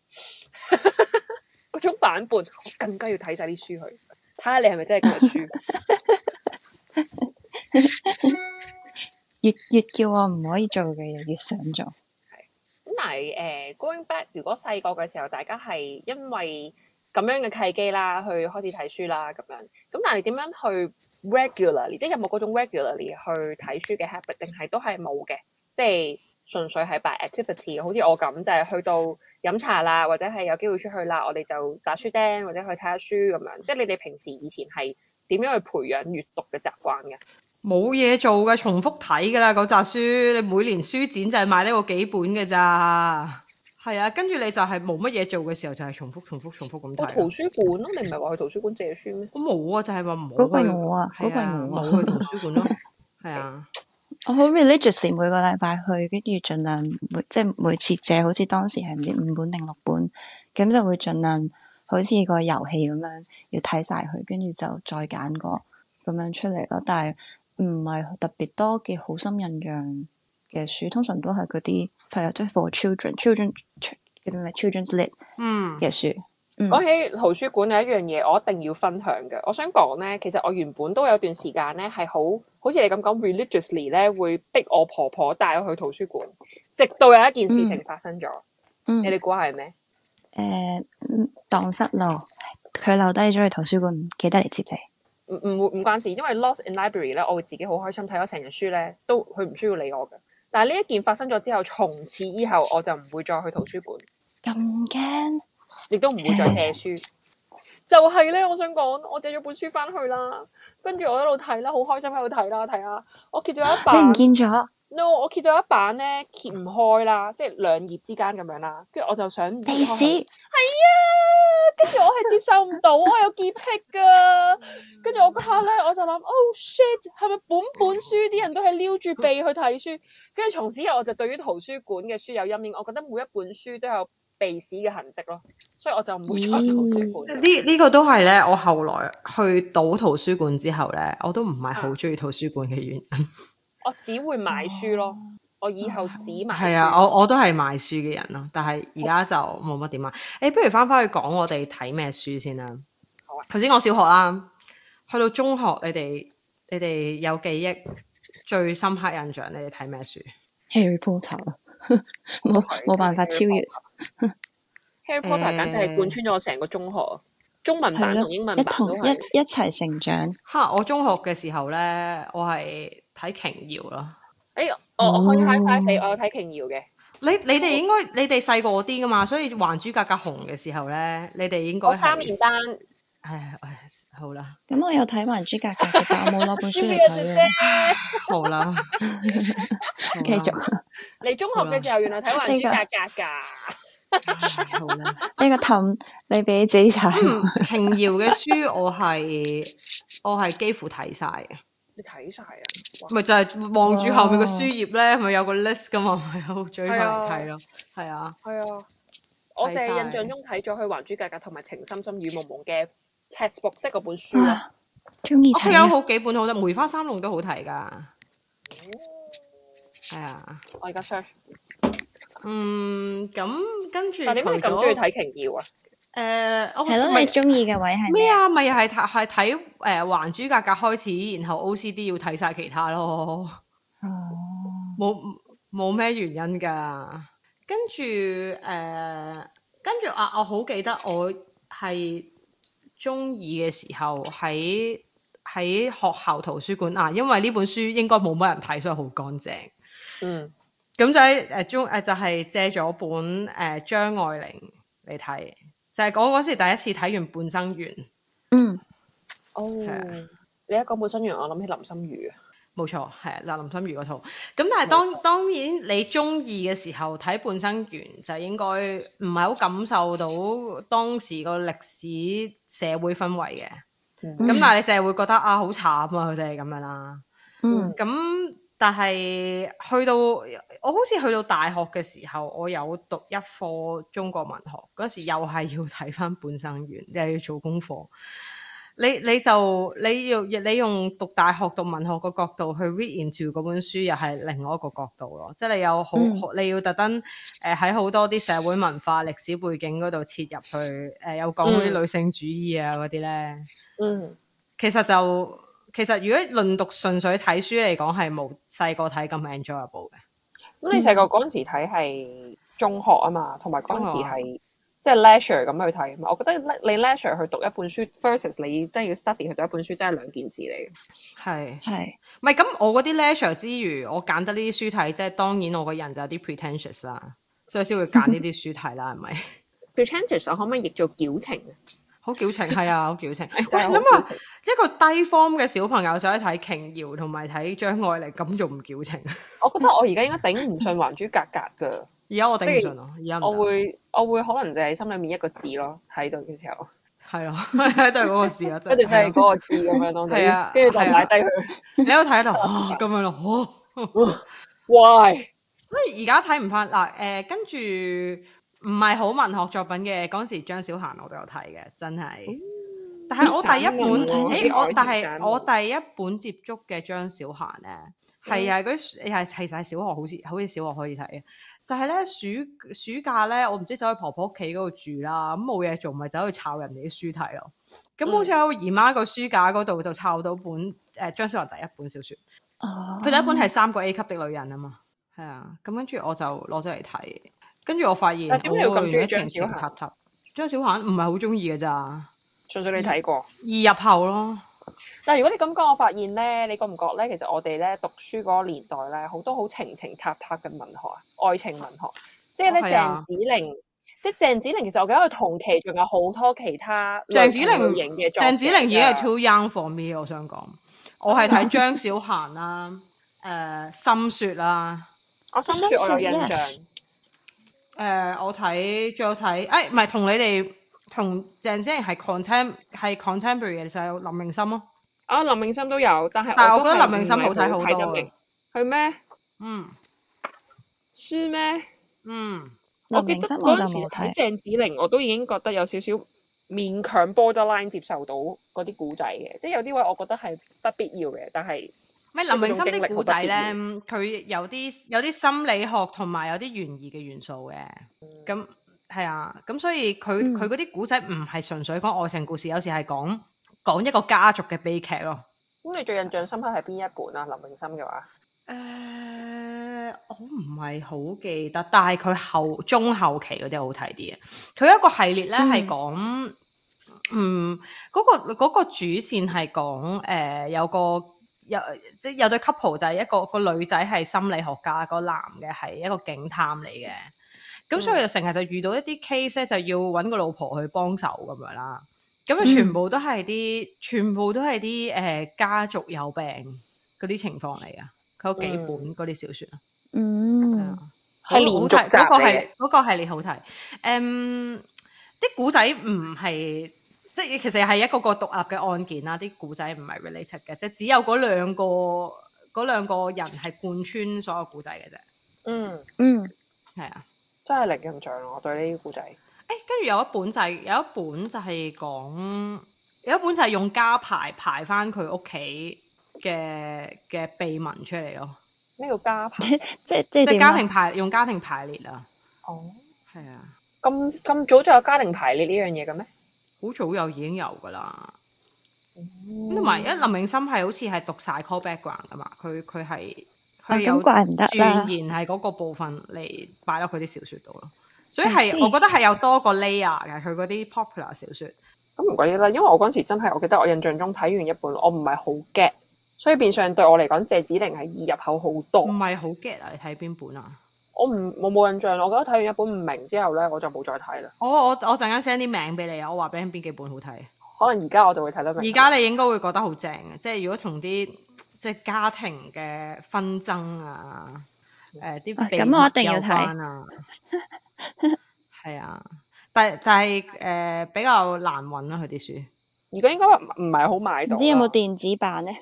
[SPEAKER 2] 嗰、種反叛，我更加要睇晒啲書去，睇下你係咪真係咁嘅書。
[SPEAKER 3] 越越叫我唔可以做嘅嘢，越想做。
[SPEAKER 2] 咁但係誒、going 呃 back，如果細個嘅時候，大家係因為咁樣嘅契機啦，去開始睇書啦咁樣。咁但係點樣去 regularly，即係有冇嗰種 regularly 去睇書嘅 habit，定係都係冇嘅，即係純粹係 by activity。好似我咁就係、去到飲茶啦，或者係有機會出去啦，我哋就打書釘或者去睇下書咁樣。即係你哋平時以前係點樣去培養閱讀嘅習慣嘅？
[SPEAKER 1] 冇嘢做嘅，重複睇噶啦嗰扎書。你每年書展就係買呢個幾本嘅咋。係啊，跟住你就係冇乜嘢做嘅時候，就係重複、重複、重複咁
[SPEAKER 2] 去圖
[SPEAKER 1] 睇。
[SPEAKER 2] 書館咯，你唔係話去圖書館借書咩？
[SPEAKER 1] 我冇啊，就係話唔
[SPEAKER 3] 嗰個
[SPEAKER 1] 好去
[SPEAKER 3] 係。我啊，嗰個
[SPEAKER 1] 係啊
[SPEAKER 3] 係我啊。
[SPEAKER 1] 冇去圖書館咯。 [laughs] 係啊。
[SPEAKER 3] 我好 religiously 每個禮拜去，跟住盡量每即係每次借，好似當時係唔知五本定六本，咁就會盡量好似個遊戲咁樣要睇晒佢，跟住就再揀個咁樣出嚟咯。但係唔係特別多嘅好深印象嘅書，通常都係嗰啲係啊，即係 for children children 叫咩 children's lit
[SPEAKER 1] 嗯。
[SPEAKER 3] 嘅書。嗯
[SPEAKER 2] 講起圖書館有一樣嘢，我一定要分享嘅。我想講咧，其實我原本都有段時間咧係好，好似你咁講 religiously 咧，會逼我婆婆帶我去圖書館，直到有一件事情發生咗。
[SPEAKER 3] 嗯，
[SPEAKER 2] 你
[SPEAKER 3] 誒、
[SPEAKER 2] 哋估係咩？
[SPEAKER 3] 嗯蕩失路，佢留低咗去圖書館，唔記得嚟接你。
[SPEAKER 2] 唔唔會唔關事，因為 lost in library 咧，我會自己好開心睇咗成日書咧，都佢唔需要理我嘅。但係呢一件發生咗之後，從此以後我就唔會再去圖書館。
[SPEAKER 3] 咁驚？
[SPEAKER 2] 亦都唔會
[SPEAKER 3] 嗯
[SPEAKER 2] 再借書。就係咧，我想講，我借咗本書翻去啦，跟住我一路睇啦，好開心喺度睇啦，睇下我揭到一
[SPEAKER 3] 你
[SPEAKER 2] 版
[SPEAKER 3] 唔見咗？
[SPEAKER 2] ，no，我揭到一版咧，揭唔開啦，即係兩頁之間咁樣啦，跟住我就想
[SPEAKER 3] 鼻屎。
[SPEAKER 2] 啊跟住我係接受唔到，我有潔癖噶。跟住我嗰下咧，我就諗，oh shit，係咪本本書啲人都係撩住鼻去睇書？跟住從此以後我就對於圖書館嘅書有陰影，我覺得每一本書都有鼻屎嘅痕跡咯，所以我就唔會再去圖書館。
[SPEAKER 1] 呢呢個都係咧，我後來去到圖書館之後咧，我都唔係
[SPEAKER 3] 啊
[SPEAKER 1] 好中意圖書館嘅原因。
[SPEAKER 2] 我只會買書咯，我以後只
[SPEAKER 3] 哦
[SPEAKER 2] 買書。哦
[SPEAKER 1] 係啊，我我都係買書嘅人咯，但係而家就冇乜點買。誒，不如翻返去講我哋睇咩書先啦。
[SPEAKER 2] 好啊
[SPEAKER 1] 頭先講小學啦，去到中學，你哋你哋有記憶最深刻印象，你哋睇咩書？
[SPEAKER 3] Harry Potter 啊冇冇辦法超越，
[SPEAKER 2] Harry Potter 簡直係貫穿咗我成個中學啊，中文版
[SPEAKER 3] 係咯
[SPEAKER 2] 同英文
[SPEAKER 3] 一
[SPEAKER 2] 版
[SPEAKER 3] 同
[SPEAKER 2] 都
[SPEAKER 3] 一
[SPEAKER 2] 係。
[SPEAKER 3] 一齊成長。
[SPEAKER 1] 嚇！我中學嘅時候咧，我係睇瓊瑤咯。
[SPEAKER 2] 誒，哎我我可以
[SPEAKER 3] 哦
[SPEAKER 2] high five 你，我有睇瓊瑤嘅。
[SPEAKER 1] 你你
[SPEAKER 2] 哦
[SPEAKER 1] 哋應該你哋細個嗰啲噶嘛，所以《還珠格格》紅嘅時候咧，你哋應該
[SPEAKER 2] 我
[SPEAKER 1] 係
[SPEAKER 2] 三年班，
[SPEAKER 1] 唉，唉好啦，
[SPEAKER 3] 咁我有睇《還珠格格》嘅，但我冇攞本書
[SPEAKER 2] 知唔知
[SPEAKER 3] 嚟
[SPEAKER 2] 有隻
[SPEAKER 3] 睇啊。
[SPEAKER 2] 啫？
[SPEAKER 1] 好
[SPEAKER 2] [laughs]
[SPEAKER 1] 啦，
[SPEAKER 3] 繼續
[SPEAKER 2] 你中學嘅時候原來睇《還珠
[SPEAKER 3] 呢個
[SPEAKER 2] 格格》㗎，
[SPEAKER 1] 好啦。
[SPEAKER 3] 呢個氹，你俾自己踩。
[SPEAKER 1] 嗯，瓊瑤嘅書我係 [laughs] 我係幾乎睇晒嘅，
[SPEAKER 2] 你睇晒啊？
[SPEAKER 1] 咪就係望住後面個書頁咧，咪有個 list 噶嘛，咪有追翻嚟睇咯，係啊，
[SPEAKER 2] 係啊，我
[SPEAKER 1] 睇
[SPEAKER 2] 淨係
[SPEAKER 1] 晒
[SPEAKER 2] 印象中睇咗佢《還珠格格》同埋《情深深雨濛濛》嘅 textbook，即係嗰本書咯。
[SPEAKER 3] 哇，中意
[SPEAKER 1] 我佢
[SPEAKER 3] 睇
[SPEAKER 1] 有
[SPEAKER 3] 啊！
[SPEAKER 1] 好幾本好得，《梅花三弄》都好睇噶，係啊，
[SPEAKER 2] 我而家 search，
[SPEAKER 1] 嗯，咁跟住
[SPEAKER 2] 但點解你
[SPEAKER 1] 除
[SPEAKER 2] 咁
[SPEAKER 1] 咗
[SPEAKER 2] 中意睇瓊瑤啊？
[SPEAKER 1] 誒，我
[SPEAKER 3] 係咯，
[SPEAKER 1] 咪
[SPEAKER 3] 你中意嘅位
[SPEAKER 1] 咩
[SPEAKER 3] 係咩啊？
[SPEAKER 1] 啊？咪又係睇係睇誒《還珠格格》開始，然後 OCD 要睇晒其他咯，
[SPEAKER 3] 哦，
[SPEAKER 1] 冇冇咩原因㗎。跟住誒，呃跟住啊，我好記得我係中二嘅時候喺喺學校圖書館啊，因為呢本書應該冇乜人睇，所以好乾淨。
[SPEAKER 2] 嗯，
[SPEAKER 1] 咁就喺誒中誒就係借咗本誒、呃、張愛玲嚟睇，就係講嗰時第一次睇完《半生緣》。
[SPEAKER 3] 嗯，
[SPEAKER 2] 哦，
[SPEAKER 1] 係
[SPEAKER 2] 你一講本身源，我諗起林心如啊。
[SPEAKER 1] 冇錯，係嗱林心如嗰套。咁但係當當然你中意嘅時候睇《半生緣》，就應該唔係好感受到當時個歷史社會氛圍嘅。
[SPEAKER 2] 嗯
[SPEAKER 1] 咁、但係你就係會覺得啊，好慘啊，佢哋咁樣啦。
[SPEAKER 3] 嗯，
[SPEAKER 1] 咁但係去到我好似去到大學嘅時候，我有讀一科中國文學嗰時，又係要睇翻《半生緣》，又要做功課。你你就你要你用讀大學讀文學個角度去 read into 嗰本書，又係另外一個角度咯。即係你有好、
[SPEAKER 3] 嗯
[SPEAKER 1] 好你要特登誒喺好多啲社會文化歷史背景嗰度切入去誒、呃有講嗰啲女性主義啊嗰啲咧。
[SPEAKER 2] 嗯，
[SPEAKER 1] 其實就其實如果論讀純粹睇書嚟講，係冇細個睇咁 enjoyable 嘅。
[SPEAKER 2] 咁你細個嗰陣時睇係中學啊嘛，同埋嗰陣時
[SPEAKER 1] 中學啊
[SPEAKER 2] 係即係 leisure 咁去睇啊嘛。我覺得你 leisure 去讀一本書，versus 你真係要 study 去讀一本書，真係兩件事嚟嘅。
[SPEAKER 1] 係，
[SPEAKER 3] 係
[SPEAKER 1] 唔係咁我嗰啲 leisure 之餘，我揀得呢啲書睇，即係當然我個人就有啲 pretentious 啦，所以先會揀呢啲書睇啦，係咪？
[SPEAKER 2] pretentious 我可唔可以譯做矯情啊？
[SPEAKER 1] [laughs] 好矯情係啊，好矯 [laughs] 情。喂，啊
[SPEAKER 2] 真係好矯
[SPEAKER 1] 諗下
[SPEAKER 2] 情
[SPEAKER 1] 一個低 form 嘅小朋友走去睇瓊瑤同埋睇張愛玲，咁仲唔矯情？ [laughs]
[SPEAKER 2] 我覺得我而家應該頂唔順《還珠格格》㗎，
[SPEAKER 1] 而家我頂唔
[SPEAKER 2] 即係
[SPEAKER 1] 順咯，而家唔
[SPEAKER 2] 我
[SPEAKER 1] 得
[SPEAKER 2] 會我會可能就係心裏面一個字咯，睇到嘅時候，
[SPEAKER 1] 係啊，都係嗰個字啊，真
[SPEAKER 2] 一定就係
[SPEAKER 1] 係。
[SPEAKER 2] 嗰個字咁
[SPEAKER 1] [laughs]
[SPEAKER 2] 樣咯，
[SPEAKER 1] 係啊
[SPEAKER 2] 跟住就
[SPEAKER 1] 係啊
[SPEAKER 2] 擺低佢。
[SPEAKER 1] 你喺度睇 [laughs] 到哇咁樣咯，哦
[SPEAKER 2] Why？
[SPEAKER 1] 所以而家睇唔翻嗱，誒、呃跟住唔係好文學作品嘅嗰陣時，張小嫻我都有睇嘅，真係。但係我第一
[SPEAKER 3] 有
[SPEAKER 1] 本，
[SPEAKER 3] 冇睇
[SPEAKER 1] 誒、
[SPEAKER 2] 過
[SPEAKER 1] 我但
[SPEAKER 2] 愛
[SPEAKER 1] 係
[SPEAKER 2] 情
[SPEAKER 1] 我第一本接觸嘅張小嫻咧，係啊係嗰啲係其實係小學，好似好似小學可以睇嘅，就係咧暑暑假咧，我唔知走去婆婆屋企嗰度住啦，咁冇嘢做，咪走去抄人哋啲書睇咯。咁好似喺我姨媽個書架嗰度就抄到本誒、張小嫻第一本小説。
[SPEAKER 3] 哦，
[SPEAKER 1] 佢第一本係三個 A 級的女人啊嘛，係啊，咁跟住我就攞咗嚟睇，跟住我發現
[SPEAKER 2] 但點解你要咁
[SPEAKER 1] 我
[SPEAKER 2] 鍾意
[SPEAKER 1] 原來
[SPEAKER 2] 張
[SPEAKER 1] 情
[SPEAKER 2] 小
[SPEAKER 1] 情
[SPEAKER 2] 嫻
[SPEAKER 1] 塔塔，張小嫻唔係好中意嘅咋，
[SPEAKER 2] 純粹你睇過。
[SPEAKER 1] 易入後咯，
[SPEAKER 2] 但係如果你咁講，我發現咧，你覺唔覺咧？其實我哋咧讀書嗰個年代咧，好多好情情塔塔嘅文學啊，愛情文學，即係咧
[SPEAKER 1] 哦係
[SPEAKER 2] 鄭
[SPEAKER 1] 啊
[SPEAKER 2] 子玲，即係鄭子玲。其實我記得佢同期仲有好多其他
[SPEAKER 1] 鄭子玲
[SPEAKER 2] 型嘅作者㗎啊
[SPEAKER 1] 鄭子玲已經係 too young for me，我想講，我係睇張小嫻啦，誒、深雪啦，
[SPEAKER 2] 我心雪我有印象，
[SPEAKER 3] Yes
[SPEAKER 1] 誒、呃我睇仲有睇，誒唔係同你哋同鄭子玲係 contem 係 contemporary 嘅就係林明心咯，
[SPEAKER 2] 啊林明心都有，但係
[SPEAKER 1] 但係我
[SPEAKER 2] 都
[SPEAKER 1] 覺得
[SPEAKER 2] 係
[SPEAKER 1] 林明心
[SPEAKER 2] 唔係
[SPEAKER 1] 好睇好
[SPEAKER 2] 得
[SPEAKER 1] 多啊
[SPEAKER 2] 明，係咩
[SPEAKER 1] 嗯
[SPEAKER 2] 書咩？
[SPEAKER 1] 嗯。
[SPEAKER 2] 我
[SPEAKER 3] 林
[SPEAKER 2] 記
[SPEAKER 3] 明
[SPEAKER 2] 得
[SPEAKER 3] 琛我
[SPEAKER 2] 嗰
[SPEAKER 3] 就
[SPEAKER 2] 陣時
[SPEAKER 3] 冇
[SPEAKER 2] 睇
[SPEAKER 3] 睇，
[SPEAKER 2] 鄭子玲，我都已經覺得有少少勉強 borderline 接受到嗰啲古仔嘅，即係有啲位我覺得係不必要嘅，但係
[SPEAKER 1] 咪
[SPEAKER 2] 即係
[SPEAKER 1] 林明
[SPEAKER 2] 嗰種
[SPEAKER 1] 心
[SPEAKER 2] 經歷
[SPEAKER 1] 啲
[SPEAKER 2] 好
[SPEAKER 1] 古
[SPEAKER 2] 不
[SPEAKER 1] 仔
[SPEAKER 2] 必
[SPEAKER 1] 咧，
[SPEAKER 2] 要
[SPEAKER 1] 佢有啲有啲心理學同埋有啲懸疑嘅元素嘅，咁係啊，咁所以佢
[SPEAKER 3] 嗯
[SPEAKER 1] 佢嗰啲古仔唔係純粹講愛情故事，有時係講講一個家族嘅悲劇咯。
[SPEAKER 2] 咁你最印象深刻係邊一本啊？林永心嘅話，
[SPEAKER 1] 誒、呃我唔係好記得，但係佢後中後期嗰啲好睇啲嘅。啊佢有一個系列咧係
[SPEAKER 3] 嗯
[SPEAKER 1] 講，嗯，嗰、個嗰個主線係講誒有個有即係有對 couple 就係一個個女仔係心理學家，個男嘅係一個警探嚟嘅。
[SPEAKER 3] 嗯
[SPEAKER 1] 咁所以就成日就遇到一啲 case 咧，就要揾個老婆去幫手咁樣啦。咁啊，
[SPEAKER 3] 嗯
[SPEAKER 1] 全部都係啲，全部都係啲誒家族有病嗰啲情況嚟噶。佢有幾
[SPEAKER 2] 嗯
[SPEAKER 1] 本嗰啲小説啊，係啊
[SPEAKER 3] 嗯，
[SPEAKER 2] 係連續集
[SPEAKER 1] 嗰個
[SPEAKER 2] 嚟
[SPEAKER 1] 係
[SPEAKER 2] 嘅
[SPEAKER 1] 嗰個系列好睇。誒，啲古仔唔係即係其實係一個個獨立嘅案件啦。啲古仔唔係 related 嘅，即係只有嗰兩個嗰兩個人係貫穿所有古仔嘅啫。
[SPEAKER 2] 嗯，
[SPEAKER 3] 嗯，
[SPEAKER 1] 係啊。
[SPEAKER 2] 真係零印象啊我對呢啲故仔。
[SPEAKER 1] 誒，跟住有一本就係、有一本就係講，有一本就係用家排排翻佢屋企嘅嘅秘聞出嚟咯，
[SPEAKER 2] 咩叫家
[SPEAKER 1] [laughs]
[SPEAKER 2] 排？
[SPEAKER 3] 即係即
[SPEAKER 1] 即
[SPEAKER 3] 係
[SPEAKER 1] 係
[SPEAKER 3] 點
[SPEAKER 1] 家
[SPEAKER 3] 啊
[SPEAKER 1] 庭排用家庭排列啊，
[SPEAKER 2] 哦，
[SPEAKER 1] 係啊，
[SPEAKER 2] 咁咁早就有家庭排列呢樣嘢嘅咩？
[SPEAKER 1] 好早有已經有噶啦。
[SPEAKER 3] 嗯
[SPEAKER 1] 咁同埋，因為林永森係好似係讀晒 call background 噶嘛，佢佢係
[SPEAKER 3] 啊
[SPEAKER 1] 佢有
[SPEAKER 3] 咁怪唔得啦
[SPEAKER 1] 轉言係嗰個部分嚟擺落佢啲小説度咯，所以
[SPEAKER 3] I
[SPEAKER 1] 係
[SPEAKER 3] see
[SPEAKER 1] 我覺得係有多個 layer 嘅佢嗰啲 popular 小説。
[SPEAKER 2] 咁唔怪得啦，因為我嗰陣時真係，我記得我印象中睇完一本，我唔係好 get，所以變相對我嚟講，謝子玲係易入口好多。
[SPEAKER 1] 唔係好 get 啊！你睇邊本啊？
[SPEAKER 2] 我唔我冇印象，我覺得睇完一本唔明之後咧，我就冇再睇啦。
[SPEAKER 1] 我我我陣間 send 啲名俾你啊！我話俾你聽邊幾本好睇。
[SPEAKER 2] 可能而家我就會睇得明。
[SPEAKER 1] 而家你應該會覺得好正嘅，即係如果同啲即係家庭嘅紛爭啊，誒啲
[SPEAKER 3] 啊
[SPEAKER 1] 秘
[SPEAKER 3] 咁我一定
[SPEAKER 1] 密
[SPEAKER 3] 要
[SPEAKER 1] 有
[SPEAKER 3] 睇
[SPEAKER 1] 關啊，係啊，但係但係誒、呃比較難揾啊啦佢啲書。
[SPEAKER 2] 而家應該唔唔係好買
[SPEAKER 3] 唔
[SPEAKER 2] 到。
[SPEAKER 3] 知有冇？電子版咧？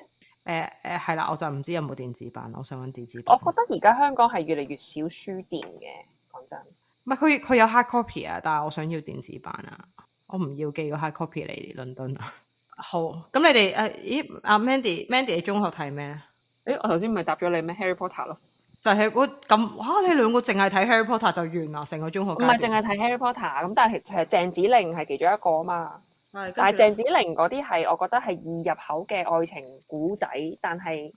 [SPEAKER 1] 誒誒係啦，我就唔知有冇電子版，我想揾電子
[SPEAKER 2] 我
[SPEAKER 1] 版。
[SPEAKER 2] 覺得而家香港係越嚟越少書店嘅，講真。
[SPEAKER 1] 唔係佢佢有 hard copy 啊，但係我想要電子版啊，我唔要寄個 hard copy 嚟倫敦啊。好，咁你哋誒、呃咦？阿 Mandy，Mandy 你中學睇咩啊咧？
[SPEAKER 2] 誒，我頭先唔係答咗你咩 Harry Potter 咯？
[SPEAKER 1] 就係我咁哇！你兩個淨係睇 Harry Potter 就完啦，成個中學
[SPEAKER 2] 唔
[SPEAKER 1] 唔
[SPEAKER 2] 係淨係睇 Harry Potter 咁，但係其實鄭子玲係其中一個啊嘛。
[SPEAKER 1] 係
[SPEAKER 2] 但係鄭子玲嗰啲係我覺得係易入口嘅愛情古仔，但係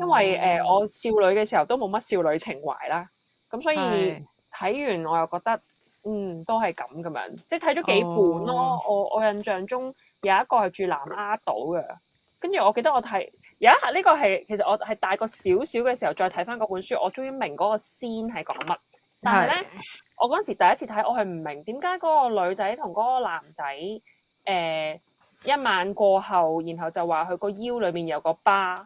[SPEAKER 2] 因為誒、呃我少女嘅時候都冇乜少女情懷啦，咁所以
[SPEAKER 1] 係
[SPEAKER 2] 睇完我又覺得嗯都係咁咁樣，即係睇咗幾本咯。我我印象中有一個係住南丫島嘅，跟住我記得我睇有一下呢個係其實我係大個少少嘅時候再睇翻嗰本書，我終於明嗰個先係講乜，但係咧。我嗰陣時第一次睇，我係唔明點解嗰個女仔同嗰個男仔誒、呃一晚過後，然後就話佢個腰裏面有個疤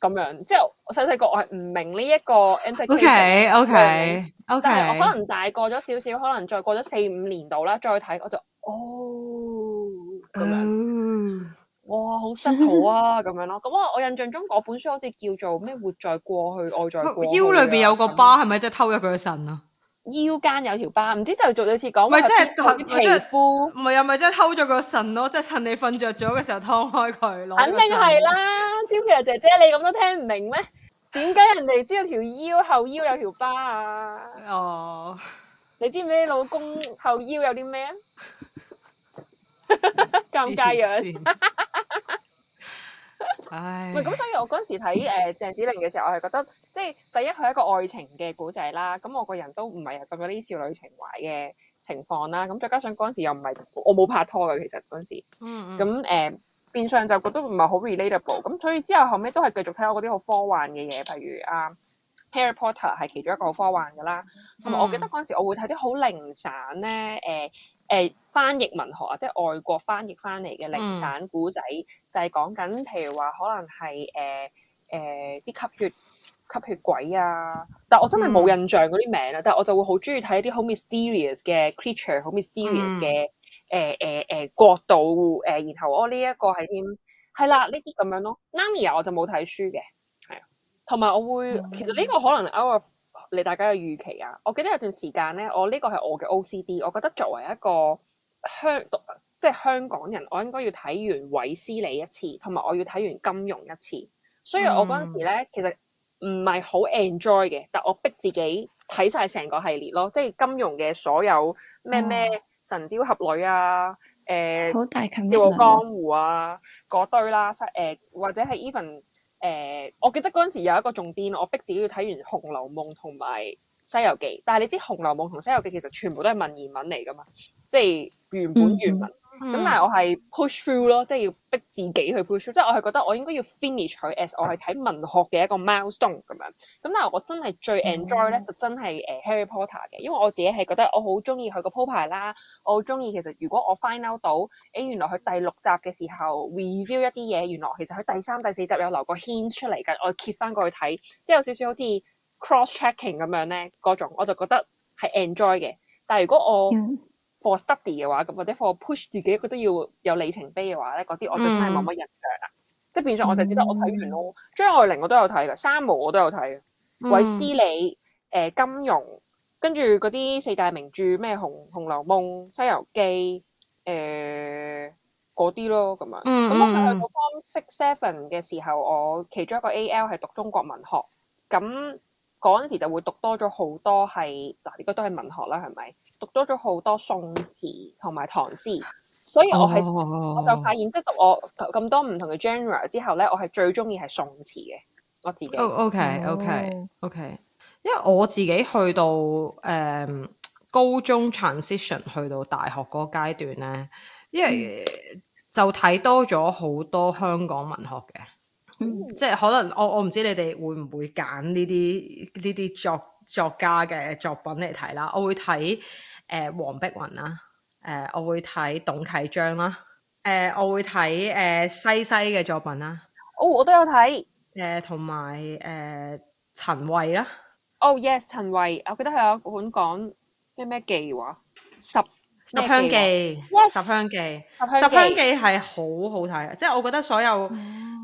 [SPEAKER 2] 咁樣，即係我細細個我係唔明呢一個
[SPEAKER 1] O
[SPEAKER 2] implication。
[SPEAKER 1] K O K O
[SPEAKER 2] 但係
[SPEAKER 1] K，
[SPEAKER 2] 我可能大個咗少少，可能再過咗四五年度啦，再睇我就哦
[SPEAKER 1] 嗯
[SPEAKER 2] 咁樣，
[SPEAKER 1] 樣
[SPEAKER 2] 哇好失
[SPEAKER 1] [laughs]
[SPEAKER 2] 土啊咁樣咯。咁我我印象中嗰本書好似叫做咩活在過去，愛在過去啊
[SPEAKER 1] 腰裏邊有個
[SPEAKER 2] 咁樣
[SPEAKER 1] 疤，係咪即係偷咗佢嘅腎啊？
[SPEAKER 2] 腰間有條疤，唔知就做類似講
[SPEAKER 1] 咪
[SPEAKER 2] 話
[SPEAKER 1] 即係
[SPEAKER 2] 邊個啲
[SPEAKER 1] 咪
[SPEAKER 2] 皮
[SPEAKER 1] 即係
[SPEAKER 2] 膚，
[SPEAKER 1] 唔係啊，咪即係偷咗佢個腎咯，即係趁你瞓着咗嘅時候劏開佢攞。
[SPEAKER 2] 肯定係。啦。Sylvia 姐姐，你咁都聽唔明咩？點解人哋知道條腰後腰有條疤啊？
[SPEAKER 1] 哦，
[SPEAKER 2] 你知唔知你老公後腰有啲
[SPEAKER 1] [laughs]
[SPEAKER 2] 咩啊？尷尬樣。
[SPEAKER 1] 黐線。唉，
[SPEAKER 2] 喂，咁所以我嗰陣時睇誒、呃、鄭子玲嘅時候，我係覺得即係第一佢係一個愛情嘅古仔啦。咁我個人都唔係有咁有啲少女情懷嘅情況啦。咁再加上嗰陣時又唔係我冇拍拖嘅，其實嗰陣時。
[SPEAKER 1] 嗯嗯
[SPEAKER 2] 咁誒、呃、變相就覺得唔係好 relatable。咁所以之後後尾都係繼續睇我嗰啲好科幻嘅嘢，譬如啊 Harry Potter 係其中一個好科幻噶啦。
[SPEAKER 1] 嗯
[SPEAKER 2] 同埋我記得嗰陣時，我會睇啲好零散咧誒。呃誒、翻譯文學啊，即係外國翻譯翻嚟嘅
[SPEAKER 1] 嗯
[SPEAKER 2] 零散古仔，就係講緊譬如話可能係誒誒啲吸血吸血鬼啊，但我真係冇
[SPEAKER 1] 嗯
[SPEAKER 2] 印象嗰啲名啊，但係我就會好中意睇啲好 mysterious 嘅 creature，好 mysterious
[SPEAKER 1] 嗯
[SPEAKER 2] 嘅呃誒誒誒國度誒、呃然後我呢一個係啲係啦，呢啲咁樣咯。Namia 我就冇睇書嘅，係啊，同埋我會、其實呢個可能 out of 你大家嘅預期啊。我記得有段時間咧，我呢個係我嘅 OCD，我覺得作為一個香即係香港人，我應該要睇完韋斯理一次，同埋我要睇完金融一次。所以我嗰陣時咧，其實唔係好 enjoy 嘅，但我逼自己睇晒成個系列咯，即係金融嘅所有咩咩神雕俠侶啊，誒、
[SPEAKER 3] 好啊大 c o
[SPEAKER 2] 笑傲
[SPEAKER 3] m
[SPEAKER 2] 江湖啊嗰堆啦，誒、或者係 even 誒、我記得嗰陣時有一個重點，我逼自己要睇完《紅樓夢》同埋《西遊記》，但係你知《紅樓夢》同《西遊記》其實全部都係文言文嚟噶嘛，即係原本原文。
[SPEAKER 1] 嗯
[SPEAKER 2] 咁、但係我係 push through 咯，即係要逼自己去 push through，即係我係覺得我應該要 finish 佢 as 我係睇文學嘅一個 milestone 咁樣。咁但係我真係最 enjoy 咧，就真係誒 Harry Potter 嘅，因為我自己係覺得我好中意佢個鋪排啦，我好中意其實如果我 find out 到，誒、原來佢第六集嘅時候 review 一啲嘢，原來其實佢第三、第四集有留個 hint 出嚟㗎，我揭翻過去睇，即係有少少好似 cross checking 咁樣咧嗰種，我就覺得係 enjoy 嘅。但係如果我
[SPEAKER 3] 嗯
[SPEAKER 2] for study 嘅話，咁或者 for push 自己，覺得要有里程碑嘅話咧，嗰啲我就真係冇乜印象啦。即係變相我就記得我睇完咯，張愛玲我都有睇嘅，三毛我都有睇嘅，
[SPEAKER 1] 嗯
[SPEAKER 2] 韋斯理、誒、呃金庸，跟住嗰啲四大名著咩《紅紅樓夢》《西遊記》誒嗰啲咯咁樣。咁、
[SPEAKER 1] 嗯
[SPEAKER 2] 我咪
[SPEAKER 1] 嗯
[SPEAKER 2] 去到 form six seven 嘅時候，我其中一個 A.L 係讀中國文學，咁嗰陣時就會讀多咗好多係嗱，呢個都係文學啦，係咪？讀多咗好多宋詞同埋唐詩，所以我係、
[SPEAKER 1] 哦
[SPEAKER 2] 我就發現，即係讀我咁多唔同嘅 genre 之後咧，我係最中意係宋詞嘅，我自己。
[SPEAKER 1] O K O K O K，因為我自己去到诶、嗯高中 transition 去到大學嗰個階段咧，因為就睇多咗好多香港文學嘅。
[SPEAKER 3] 嗯
[SPEAKER 1] 即係可能我我唔知你哋會唔會揀呢啲呢啲作作家嘅作品嚟睇啦。我會睇誒黃碧雲啦，誒、我會睇董啟章啦，誒、我會睇誒、呃西西嘅作品啦，
[SPEAKER 2] 哦，我都有睇。
[SPEAKER 1] 誒同埋誒陳慧啦，
[SPEAKER 2] 哦，yes，陳慧，我記得佢有一本講咩咩記話，十
[SPEAKER 1] 《十香記》
[SPEAKER 2] 咩
[SPEAKER 1] 《
[SPEAKER 2] Yes！
[SPEAKER 1] 十香記》《
[SPEAKER 2] 十
[SPEAKER 1] 十
[SPEAKER 2] 香
[SPEAKER 1] 香記
[SPEAKER 2] 記，》
[SPEAKER 1] 係好好睇，啊即係我覺得所有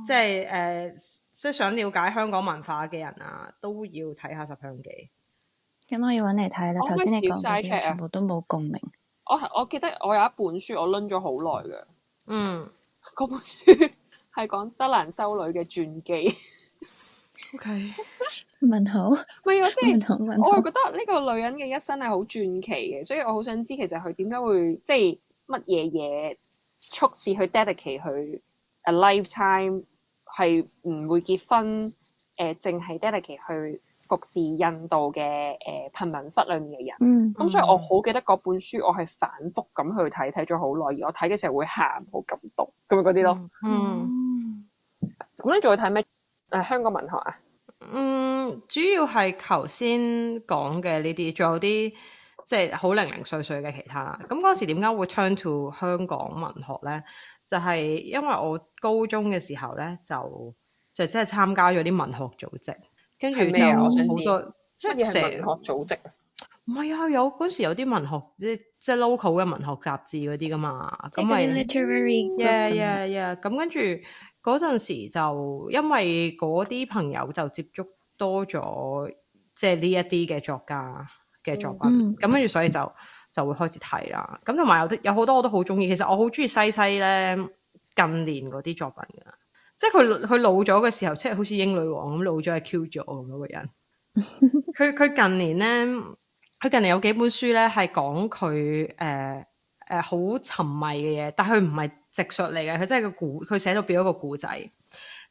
[SPEAKER 1] 即係誒、呃即係想了解香港文化嘅人啊，都要睇下《十香記》。
[SPEAKER 3] 咁我要揾嚟睇啦。
[SPEAKER 2] 我可唔
[SPEAKER 3] 頭
[SPEAKER 2] 可以
[SPEAKER 3] 先你講
[SPEAKER 2] 少
[SPEAKER 3] 嗰
[SPEAKER 2] 晒 check 啊
[SPEAKER 3] 啲全部都冇共鳴。
[SPEAKER 2] 我係我記得我有一本書我攆咗好耐嘅，
[SPEAKER 1] 嗯
[SPEAKER 2] 嗰本書係講德蘭修女嘅傳記。 [laughs]
[SPEAKER 1] ，OK。
[SPEAKER 3] 問好，
[SPEAKER 2] 唔係我即係
[SPEAKER 3] 問好，問
[SPEAKER 2] 我係
[SPEAKER 3] 好。
[SPEAKER 2] 覺得呢個女人嘅一生係好傳奇嘅，所以我好想知其實佢點解會即係乜嘢嘢促使佢 dedicate 佢 a lifetime 係唔會結婚，誒淨係 dedicate 去服侍印度嘅誒、呃、貧民窟裏面嘅人。
[SPEAKER 3] 嗯，
[SPEAKER 2] 咁所以我好記得嗰本書，我係反覆咁去睇，睇咗好耐，而我睇嘅時候會喊，好感動咁樣嗰啲咯。
[SPEAKER 1] 嗯
[SPEAKER 2] 咁你仲會睇咩？誒、香港文學啊？
[SPEAKER 1] 嗯，主要係頭先講嘅呢啲，仲有啲即係好零零碎碎嘅其他啦。咁嗰時點解會 turn to 香港文學呢？就係、因為我高中嘅時候呢，就就即係參加咗啲文學組織，跟住
[SPEAKER 2] 係咩啊
[SPEAKER 1] 就
[SPEAKER 2] 我想
[SPEAKER 1] 好
[SPEAKER 2] 知
[SPEAKER 1] 多即
[SPEAKER 2] 乜嘢
[SPEAKER 1] 係
[SPEAKER 2] 係
[SPEAKER 1] 成
[SPEAKER 2] 文學組織啊？
[SPEAKER 1] 唔係啊，有嗰時有啲文學即即係 local 嘅文學雜誌嗰啲噶嘛，
[SPEAKER 3] 即
[SPEAKER 1] 咁
[SPEAKER 3] 係嗰
[SPEAKER 1] 咪
[SPEAKER 3] 啲 literary group
[SPEAKER 1] 呀
[SPEAKER 3] 咁樣。
[SPEAKER 1] 呀呀！咁跟住嗰陣時就因為嗰啲朋友就接觸多咗，即係呢一啲嘅作家嘅作
[SPEAKER 3] 嗯
[SPEAKER 1] 品，咁跟住所以就就會開始睇啦。咁同埋有啲有好多我都好中意，其實我好中意西西咧近年嗰啲作品㗎，即係佢佢老咗嘅時候，即係好似英女王咁老咗係 Q 咗咁樣個
[SPEAKER 3] [laughs]
[SPEAKER 1] 人。佢佢近年咧，佢近年有幾本書咧係講佢誒誒呃好沉迷嘅嘢，但佢唔係直述嚟嘅，佢真係個故，佢寫到變咗個故仔。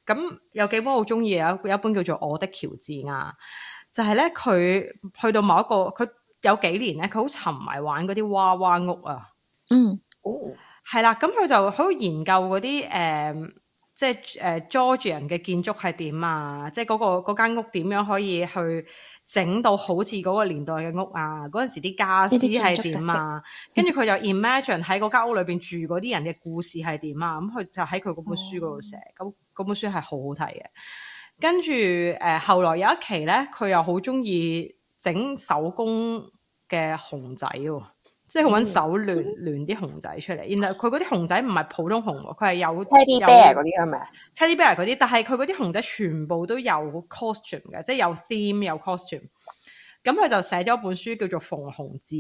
[SPEAKER 1] 咁有幾本我好中意，有一有一本叫做《我的喬治亞》，就係咧佢去到某一個，佢有幾年咧，佢好沉迷玩嗰啲娃娃屋啊。
[SPEAKER 3] 嗯，
[SPEAKER 2] 哦，
[SPEAKER 1] 係啦，咁佢就好研究嗰啲誒，即係誒 Georgian 嘅建築係點啊，即係嗰、個嗰間屋點樣可以去整到好似嗰個年代嘅屋啊，嗰陣時啲家私
[SPEAKER 3] 一啲建
[SPEAKER 1] 係
[SPEAKER 3] 築
[SPEAKER 1] 點
[SPEAKER 3] 特色
[SPEAKER 1] 啊，跟住佢就 imagine 喺嗰間屋裏邊住嗰啲人嘅故事係點啊，咁佢就喺佢嗰本書嗰
[SPEAKER 2] 哦
[SPEAKER 1] 度寫，咁嗰本書係好好睇嘅。跟住誒、呃，後來有一期咧，佢又好中意整手工嘅熊仔喎、即係
[SPEAKER 2] 嗯
[SPEAKER 1] 揾手攣攣啲熊仔出嚟。然後佢嗰啲熊仔唔係普通熊喎，佢係有
[SPEAKER 2] Teddy
[SPEAKER 1] 有
[SPEAKER 2] Bear 嗰啲係咪啊？
[SPEAKER 1] teddy bear 嗰啲，但係佢嗰啲熊仔全部都有 costume 嘅，即係有 theme 有 costume。咁佢就寫咗本書叫做《縫紅字》，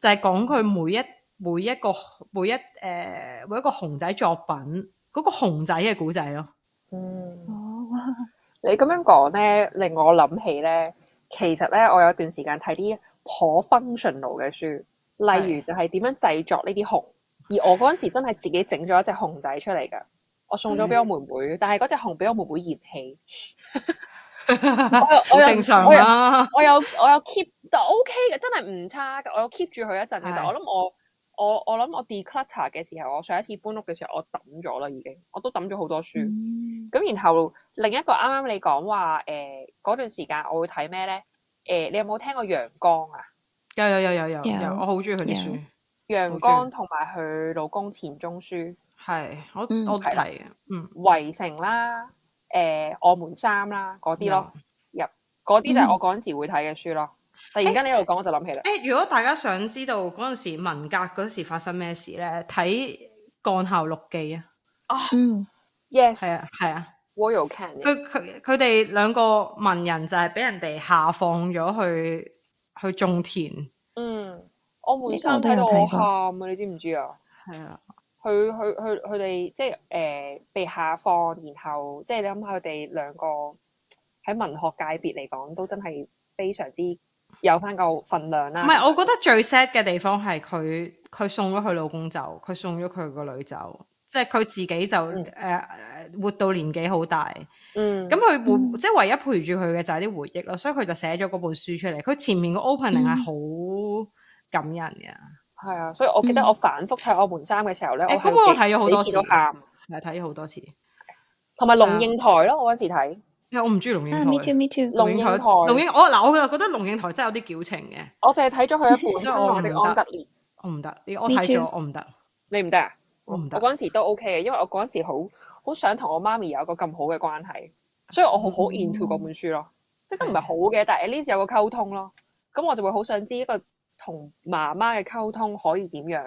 [SPEAKER 1] 就係、講佢每一每一個每一誒、呃每一個熊仔作品嗰、個熊仔嘅古仔咯。
[SPEAKER 2] 嗯，
[SPEAKER 3] 哦，哇，
[SPEAKER 2] 你咁樣講咧，令我諗起咧，其實咧，我有段時間睇啲頗 functional 嘅書，例如就係點樣製作呢啲熊，而我嗰陣時真係自己整咗一隻熊仔出嚟㗎，我送咗俾我妹
[SPEAKER 1] 嗯
[SPEAKER 2] 妹，但係嗰隻熊俾我妹妹嫌
[SPEAKER 1] [laughs]
[SPEAKER 2] 棄。
[SPEAKER 1] 好
[SPEAKER 2] 我我又
[SPEAKER 1] 正常啊
[SPEAKER 2] 我又
[SPEAKER 1] 啦、
[SPEAKER 2] 我有我有 keep 就 OK 嘅，真係唔差嘅。我有 keep 住佢一陣嘅，但
[SPEAKER 1] 係
[SPEAKER 2] 我諗我我我諗我 declutter 嘅時候，我上一次搬屋嘅時候，我抌咗啦已經，我都抌咗好多書。
[SPEAKER 3] 嗯
[SPEAKER 2] 咁然後另一個啱啱你講話誒嗰段時間，我會睇咩咧？誒、你有冇聽過陽光啊？
[SPEAKER 1] 有有有有有
[SPEAKER 3] 有
[SPEAKER 1] 有，我好中意佢啲
[SPEAKER 3] 有
[SPEAKER 1] 書，
[SPEAKER 2] 陽光同埋佢老公錢鍾書、
[SPEAKER 1] 係我
[SPEAKER 3] 嗯
[SPEAKER 1] 我都
[SPEAKER 2] 係啦
[SPEAKER 1] 睇嘅，嗯，
[SPEAKER 2] 圍城啦、誒、我們三啦嗰啲咯，嗰啲就
[SPEAKER 3] 嗯
[SPEAKER 2] 係我嗰陣時會睇嘅書咯。突然間你一路講，我就諗起啦。
[SPEAKER 1] 誒、如果大家想知道嗰陣時文革嗰時發生咩事咧，睇《幹校六記》啊，
[SPEAKER 3] 嗯，
[SPEAKER 1] 係啊
[SPEAKER 2] Yes，
[SPEAKER 1] 係啊，
[SPEAKER 2] Royal Can
[SPEAKER 1] 佢佢佢哋兩個文人就係俾人哋下放咗去去種田，
[SPEAKER 2] 嗯，我門
[SPEAKER 3] 呢
[SPEAKER 2] 生
[SPEAKER 3] 個
[SPEAKER 2] 睇
[SPEAKER 3] 我都有
[SPEAKER 2] 到我
[SPEAKER 3] 睇過
[SPEAKER 2] 喊啊！你知唔知啊？
[SPEAKER 1] 係啊，
[SPEAKER 2] 佢佢佢佢哋即係誒、呃被下放，然後即係你諗下佢哋兩個喺文學界別嚟講，都真係非常之有翻個份量
[SPEAKER 1] 唔
[SPEAKER 2] 啦。
[SPEAKER 1] 係我覺得最 sad 嘅地方係佢佢送咗佢老公走，佢送咗佢個女走，即係佢自己就誒、
[SPEAKER 2] 嗯
[SPEAKER 1] 呃活到年紀好大。
[SPEAKER 2] 嗯，
[SPEAKER 1] 咁佢會、
[SPEAKER 3] 嗯
[SPEAKER 1] 即係唯一陪住佢嘅就係啲回憶咯，所以佢就寫咗嗰本書出嚟。佢前面個 opening 係
[SPEAKER 3] 嗯
[SPEAKER 1] 好感人嘅，
[SPEAKER 2] 係啊，所以我記得
[SPEAKER 3] 嗯
[SPEAKER 2] 我反覆睇我門生嘅時候咧，
[SPEAKER 1] 誒
[SPEAKER 2] 我
[SPEAKER 1] 咁我
[SPEAKER 2] 係
[SPEAKER 1] 睇咗好
[SPEAKER 2] 幾
[SPEAKER 1] 多次
[SPEAKER 2] 幾次
[SPEAKER 1] 嗯
[SPEAKER 2] 都喊，
[SPEAKER 1] 係睇咗好多次。
[SPEAKER 2] 同埋龍應台咯，我嗰時睇
[SPEAKER 1] 因為我唔中意龍應
[SPEAKER 3] 啊，me
[SPEAKER 1] 台
[SPEAKER 3] too，me too，
[SPEAKER 2] 龍
[SPEAKER 1] 應
[SPEAKER 2] 應
[SPEAKER 1] 台，
[SPEAKER 2] 台
[SPEAKER 1] 龍應我嗱，我又覺得龍應台真係有啲矯情嘅，
[SPEAKER 2] 我淨係睇咗佢一本
[SPEAKER 1] [laughs]
[SPEAKER 2] 《
[SPEAKER 1] 真
[SPEAKER 2] 親
[SPEAKER 1] 係我
[SPEAKER 2] 愛的
[SPEAKER 1] 唔得
[SPEAKER 2] 安德烈》，
[SPEAKER 1] 我唔得，呢我
[SPEAKER 3] Me
[SPEAKER 1] 睇咗
[SPEAKER 3] too
[SPEAKER 1] 我唔得，
[SPEAKER 2] 你唔得啊？
[SPEAKER 1] 我唔得
[SPEAKER 2] 我嗰陣時都 OK 嘅，因為我嗰陣時好好想同我媽咪有一個咁好嘅關係，所以我好好 into 嗰本書咯。即係都唔係好嘅，但係 at least 有個溝通咯。咁我就會好想知一個同媽媽嘅溝通可以點樣，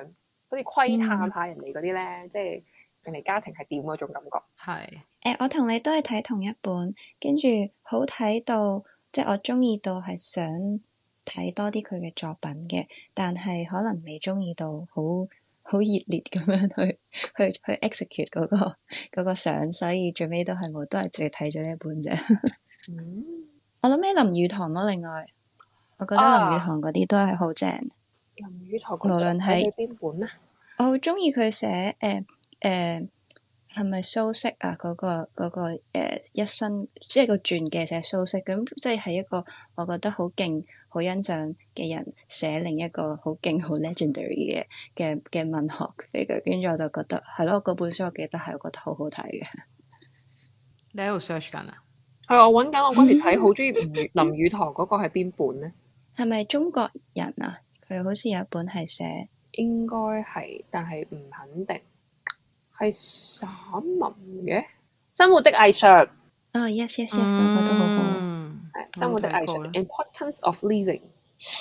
[SPEAKER 2] 好似窺探下人哋嗰啲咧，即係人哋家庭係點嗰種感覺。
[SPEAKER 1] 係
[SPEAKER 3] 誒，我同你都係睇同一本，跟住好睇到，即係我中意到係想睇多啲佢嘅作品嘅，但係可能未中意到好好熱烈咁樣去去去 execute 嗰、個嗰、個相，所以最尾都係冇，都係淨係睇咗呢一本啫。
[SPEAKER 2] 嗯，
[SPEAKER 3] 我諗起林語堂咯，另外，我覺得
[SPEAKER 2] 啊
[SPEAKER 3] 林語堂嗰啲都係好正。
[SPEAKER 2] 林語堂
[SPEAKER 3] 無論係
[SPEAKER 2] 睇邊本啊？
[SPEAKER 3] 我好中哦意佢寫誒誒係咪蘇軾啊？嗰、個嗰、個、呃、一生即係個傳記寫蘇軾，咁即係係一個我覺得好勁、好欣賞嘅人寫另一個好勁、好 legendary 嘅嘅嘅文學 figure。跟住我就覺得係咯，嗰本書我記得係我覺得好好睇嘅。
[SPEAKER 1] 你喺度 search 緊啊？
[SPEAKER 2] 係啊我揾緊，我嗰時睇好中意 [laughs] 吳語林語堂嗰個係邊本咧？
[SPEAKER 3] 係咪中國人啊？佢好似有一本係寫
[SPEAKER 2] 應該係，但係唔肯定係散文嘅生活的藝術。
[SPEAKER 3] 哦 yes yes yes 嗰個都好好。
[SPEAKER 1] 嗯
[SPEAKER 2] 係生活的藝術
[SPEAKER 1] 冇睇過
[SPEAKER 2] importance of living，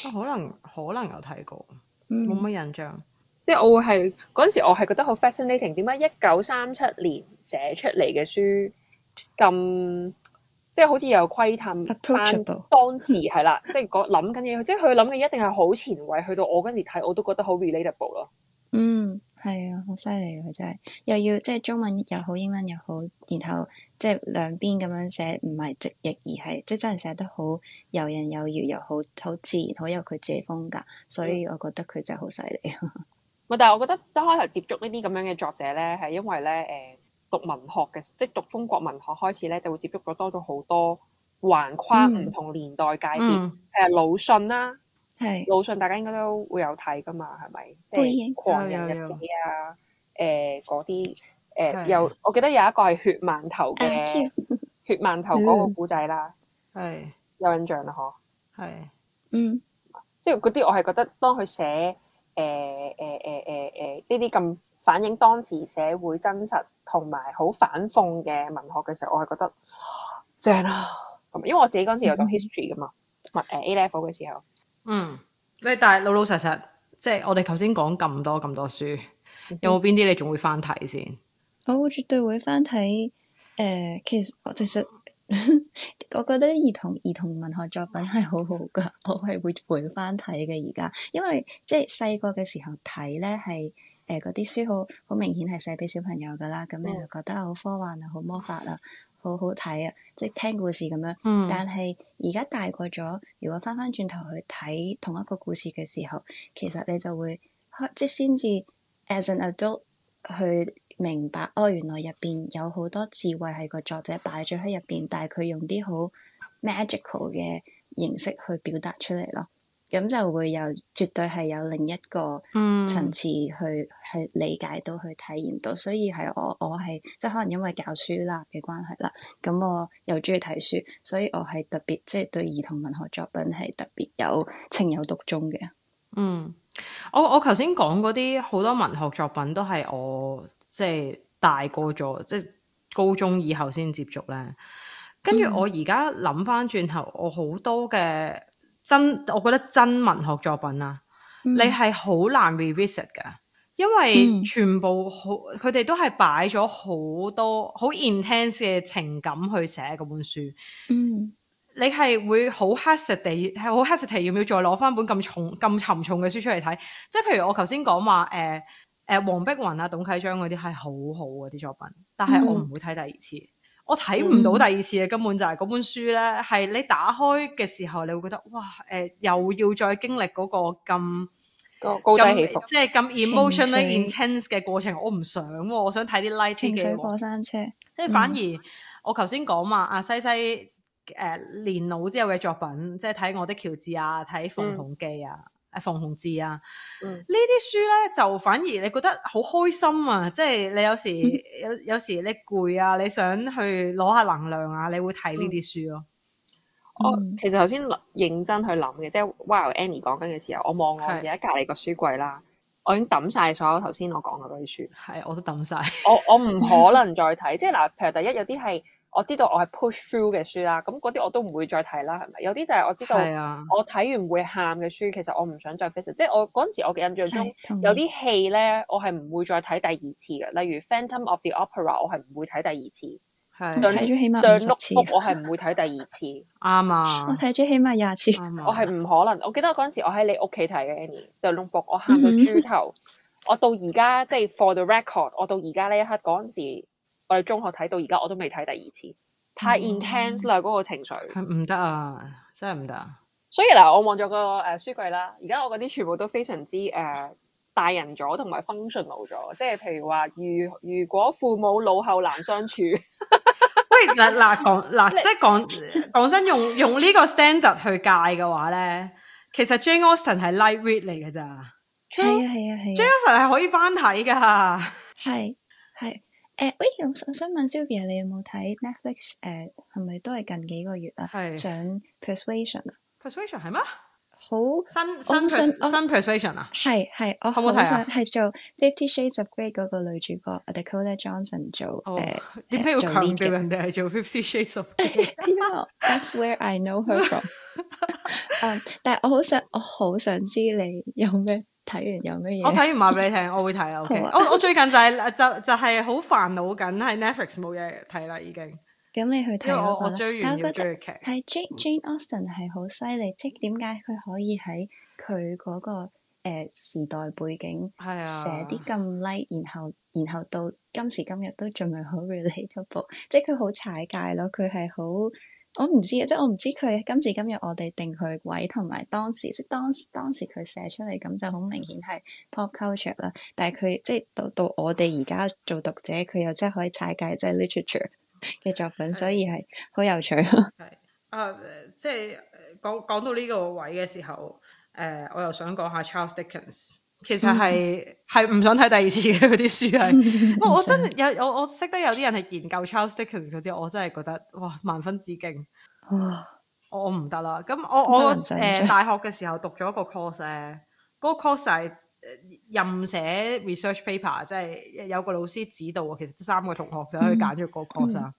[SPEAKER 1] 可能可能有睇過，
[SPEAKER 3] 嗯
[SPEAKER 1] 冇乜印象。
[SPEAKER 2] 即係我會係嗰陣時，我係覺得好 fascinating。點解一九三七年寫出嚟嘅書咁，即係好似有窺探翻
[SPEAKER 3] approachable。
[SPEAKER 2] 當時係啦，即係嗰諗緊嘢，即係佢諗嘅一定係好前衞。去到我嗰陣時睇，我都覺得好 relatable 咯。
[SPEAKER 3] 嗯，係啊，好犀利啊！佢真係又要即係中文又好，英文又好，然後即係兩邊咁樣寫，唔係直譯，而係即係真係寫得好游刃有餘，又好好自然，好有佢自己風格，所以我覺得佢真係好犀利。
[SPEAKER 2] 咪但係我覺得一開頭接觸呢啲咁樣嘅作者咧，係因為咧誒、讀文學嘅，即係讀中國文學開始咧，就會接觸咗多咗好多橫跨
[SPEAKER 3] 嗯
[SPEAKER 2] 唔同年代界別，
[SPEAKER 1] 嗯，
[SPEAKER 2] 誒魯迅啦。
[SPEAKER 3] 係
[SPEAKER 2] 魯迅大家應該都會有睇噶嘛，係咪？即
[SPEAKER 3] 背影
[SPEAKER 2] 係狂
[SPEAKER 1] 有
[SPEAKER 2] 人
[SPEAKER 1] 有
[SPEAKER 2] 日記啊，誒嗰啲
[SPEAKER 1] 係
[SPEAKER 2] 誒有，我記得有一個係血饅頭
[SPEAKER 3] 啊知
[SPEAKER 2] 嘅血饅頭嗰個古仔啦，
[SPEAKER 1] 係
[SPEAKER 2] 有印象啦嗬。
[SPEAKER 1] 係
[SPEAKER 3] 嗯
[SPEAKER 2] 即係嗰啲我係覺得當佢寫誒誒誒誒誒呢啲咁反映當時社會真實同埋好反諷嘅文學嘅時候，我係覺得正啊！咁因為我自己嗰陣時有讀
[SPEAKER 3] 嗯
[SPEAKER 2] history 噶嘛，物誒 A level 嘅時候，
[SPEAKER 1] 嗯，你但係老老實實，即係我哋頭先講咁多咁多書，
[SPEAKER 2] 嗯
[SPEAKER 1] 有冇邊啲你仲會翻睇先？
[SPEAKER 3] 呃我會絕對會翻睇誒，其實我其實 [laughs] 我覺得兒童兒童文學作品係好好噶，我係會回翻睇嘅而家，因為即係細個嘅時候睇咧係誒嗰啲書好好明顯係寫俾小朋友噶啦，咁你就覺得啊好科幻啊，好魔法啊，好好睇啊，即係聽故事咁樣。
[SPEAKER 1] 嗯
[SPEAKER 3] 但係而家大個咗，如果翻翻轉頭去睇同一個故事嘅時候，其實你就會開即係先至 as an adult 去明白，哦，原來入邊有好多智慧係個作者擺咗喺入邊，但係佢用啲好 magical 嘅形式去表達出嚟咯。咁就會有絕對係有另一個
[SPEAKER 1] 嗯
[SPEAKER 3] 層次去、去理解到去體驗到，所以係我我係即係可能因為教書啦嘅關係啦，咁我又中意睇書，所以我係特別即係對兒童文學作品係特別有情有獨鍾嘅。
[SPEAKER 1] 嗯，我我頭先講嗰啲好多文學作品都係我即係大個咗，即係高中以後先接觸咧。跟
[SPEAKER 3] 嗯
[SPEAKER 1] 住我而家諗翻轉頭，我好多嘅真，我覺得真文學作品啊，
[SPEAKER 3] 嗯
[SPEAKER 1] 你係好難 revisit 噶，因為
[SPEAKER 3] 嗯
[SPEAKER 1] 全部好，佢哋都係擺咗好多好 intense 嘅情感去寫嗰本書。
[SPEAKER 3] 嗯
[SPEAKER 1] 你係會好 hesitate，係好 hesitate 要唔要再攞翻本咁重、咁沉重嘅書出嚟睇？即係譬如我頭先講話誒誒黃碧雲啊、董啟章嗰啲係好好嗰啲作品，但
[SPEAKER 2] 嗯
[SPEAKER 1] 係我唔會睇第二次，我睇唔到第二次嘅根本就係嗰本書咧，係你打開嘅時候，你會覺得哇誒、呃又要再經歷嗰個咁
[SPEAKER 2] 個高低起伏
[SPEAKER 1] 咁。即係咁 emotionally
[SPEAKER 3] 情緒
[SPEAKER 1] intense 嘅過程，我唔想喎、我想睇啲 light 啲
[SPEAKER 3] 情
[SPEAKER 1] 嘅
[SPEAKER 3] 緒
[SPEAKER 1] 喎
[SPEAKER 3] 過山車，
[SPEAKER 1] 即係反而、我頭先講嘛，啊阿西西誒、呃、年老之後嘅作品，即係睇《我的喬治》啊，睇《
[SPEAKER 3] 嗯
[SPEAKER 1] 馮洪記》啊，誒馮洪志》啊，
[SPEAKER 2] 嗯
[SPEAKER 1] 呢啲書咧就反而你覺得好開心啊！即係你有時、
[SPEAKER 3] 嗯
[SPEAKER 1] 有有時你攰啊，你想去攞下能量啊，你會睇呢啲書咯。
[SPEAKER 2] 我
[SPEAKER 3] 嗯
[SPEAKER 2] 其實頭先認真去諗嘅，即係 while Annie 講緊嘅時候，我望我
[SPEAKER 1] 係
[SPEAKER 2] 而家隔離個書櫃啦，我已經抌晒所有頭先我講嘅嗰啲書，
[SPEAKER 1] 係、我都抌晒。
[SPEAKER 2] 我我唔可能再睇。即係嗱，譬如第一有啲係我知道我係 push through 嘅書啦，咁嗰啲我都唔會再睇啦，係咪？有啲就係我知道
[SPEAKER 1] 係啊，
[SPEAKER 2] 我睇完會喊嘅書，其實我唔想再 face it。即係我嗰陣時我嘅印象中
[SPEAKER 3] 係。嗯同意
[SPEAKER 2] 有啲戲咧，我係唔會再睇第二次嘅。例如《Phantom of the Opera》，我係唔會睇第二次；
[SPEAKER 3] 我
[SPEAKER 1] 係
[SPEAKER 2] 對
[SPEAKER 3] 睇咗起
[SPEAKER 2] 《
[SPEAKER 3] 啊碼五
[SPEAKER 2] The
[SPEAKER 3] 十
[SPEAKER 2] Notebook
[SPEAKER 3] 次，》啊
[SPEAKER 2] 我係唔會睇第二次。
[SPEAKER 1] 啱
[SPEAKER 3] 我
[SPEAKER 1] 啊，
[SPEAKER 3] 睇咗起碼廿次。
[SPEAKER 1] 啱啊，
[SPEAKER 2] 我係唔可能。我記得嗰陣時我喺你屋企睇嘅 Annie，《The Notebook》，我喊到豬頭。我到而家即係 for the record，我到而家呢一刻嗰陣時，我哋中學睇到而家我都未睇第二次，太 intense 啦嗰個情緒。
[SPEAKER 1] 係唔得啊，真係唔得啊。
[SPEAKER 2] 所以嗱，我望咗個呃誒書櫃啦，而家我嗰啲全部都非常之誒、呃大人咗，同埋 functional 咗。即係譬如話，如如果父母老後難相處，
[SPEAKER 1] 喂，
[SPEAKER 3] [laughs]
[SPEAKER 1] 嗱嗱講嗱，
[SPEAKER 2] 你
[SPEAKER 1] 即係講講真，用用呢個 standard 去界嘅話咧，其實 Jane Austen 係 light read 嚟嘅咋
[SPEAKER 3] 係啊係啊係
[SPEAKER 1] ，Jane
[SPEAKER 3] 啊，
[SPEAKER 1] Austen 係可以翻睇噶。
[SPEAKER 3] 係係。誒，喂，我想我想問 Sylvia，你有冇睇 Netflix？誒，係咪都係近幾個月啊？
[SPEAKER 1] 係
[SPEAKER 3] 上 Persuasion 啊，
[SPEAKER 1] Persuasion 係咩？
[SPEAKER 3] 好
[SPEAKER 1] 新
[SPEAKER 3] 我
[SPEAKER 1] 新
[SPEAKER 3] 唔信
[SPEAKER 1] pers-
[SPEAKER 3] 我
[SPEAKER 1] 新 Persuasion 啊？
[SPEAKER 3] 係係，我
[SPEAKER 1] 好唔好睇
[SPEAKER 3] 好
[SPEAKER 1] 啊
[SPEAKER 3] 想係做 Fifty Shades of Grey 嗰個女主角 Dakota Johnson 做
[SPEAKER 1] 哦
[SPEAKER 3] 誒，
[SPEAKER 1] 點解要
[SPEAKER 3] 做
[SPEAKER 1] 強
[SPEAKER 3] lead
[SPEAKER 1] 調
[SPEAKER 3] 嘅
[SPEAKER 1] 人哋係做 Fifty Shades of
[SPEAKER 3] [laughs]
[SPEAKER 1] Grey？
[SPEAKER 3] 因為我 That's where I know
[SPEAKER 1] [laughs]
[SPEAKER 3] her from 嗯。但係我好想，我好想知你有咩睇完有咩嘢。
[SPEAKER 1] 我睇完話俾你聽，我會睇啊。OK，
[SPEAKER 3] 好啊
[SPEAKER 1] 我我最近就係就就係好煩惱緊，喺 Netflix 冇嘢睇啦，已經。
[SPEAKER 3] 咁你去睇
[SPEAKER 1] 因為我
[SPEAKER 3] 嗰個
[SPEAKER 1] 我
[SPEAKER 3] 啦
[SPEAKER 1] 追
[SPEAKER 3] 但
[SPEAKER 1] 完
[SPEAKER 3] 我
[SPEAKER 1] 要
[SPEAKER 3] 覺得
[SPEAKER 1] 追劇。
[SPEAKER 3] 係 Jane Jane Austen 係好犀利，即係點解佢可以喺佢嗰個誒時代背景
[SPEAKER 1] 係啊，
[SPEAKER 3] 寫啲咁 light，然後然後到今時今日都仲係好 relatable，即 [laughs] 係佢好踩界咯，佢係好。我唔知嘅，啊即係我唔知佢今時今日我哋定佢位同埋當時，即係當當時佢寫出嚟咁就好明顯係 pop culture 啦。但係佢即係到到我哋而家做讀者，佢又真係可以踩界，即係 literature 嘅作品，所以係好有趣咯。
[SPEAKER 1] 啊，呃即係呃講講到呢個位嘅時候，誒、呃我又想講下 Charles Dickens。其實係係唔想睇第二次嘅嗰啲書
[SPEAKER 3] 嗯
[SPEAKER 1] 係，哇！我真係有我我識得有啲人係研究 Charles Dickens 嗰啲，我真係覺得哇萬分致敬，
[SPEAKER 3] [laughs] 哇！
[SPEAKER 1] 我我唔得啦。咁我
[SPEAKER 3] 好
[SPEAKER 1] 我
[SPEAKER 3] 難
[SPEAKER 1] 誒、
[SPEAKER 3] 想像
[SPEAKER 1] 大學嘅時候讀咗一個 course 咧，嗰、個 course 係呃任寫 research paper，即係有個老師指導我，其實得三個同學就可以揀咗個 course 啊。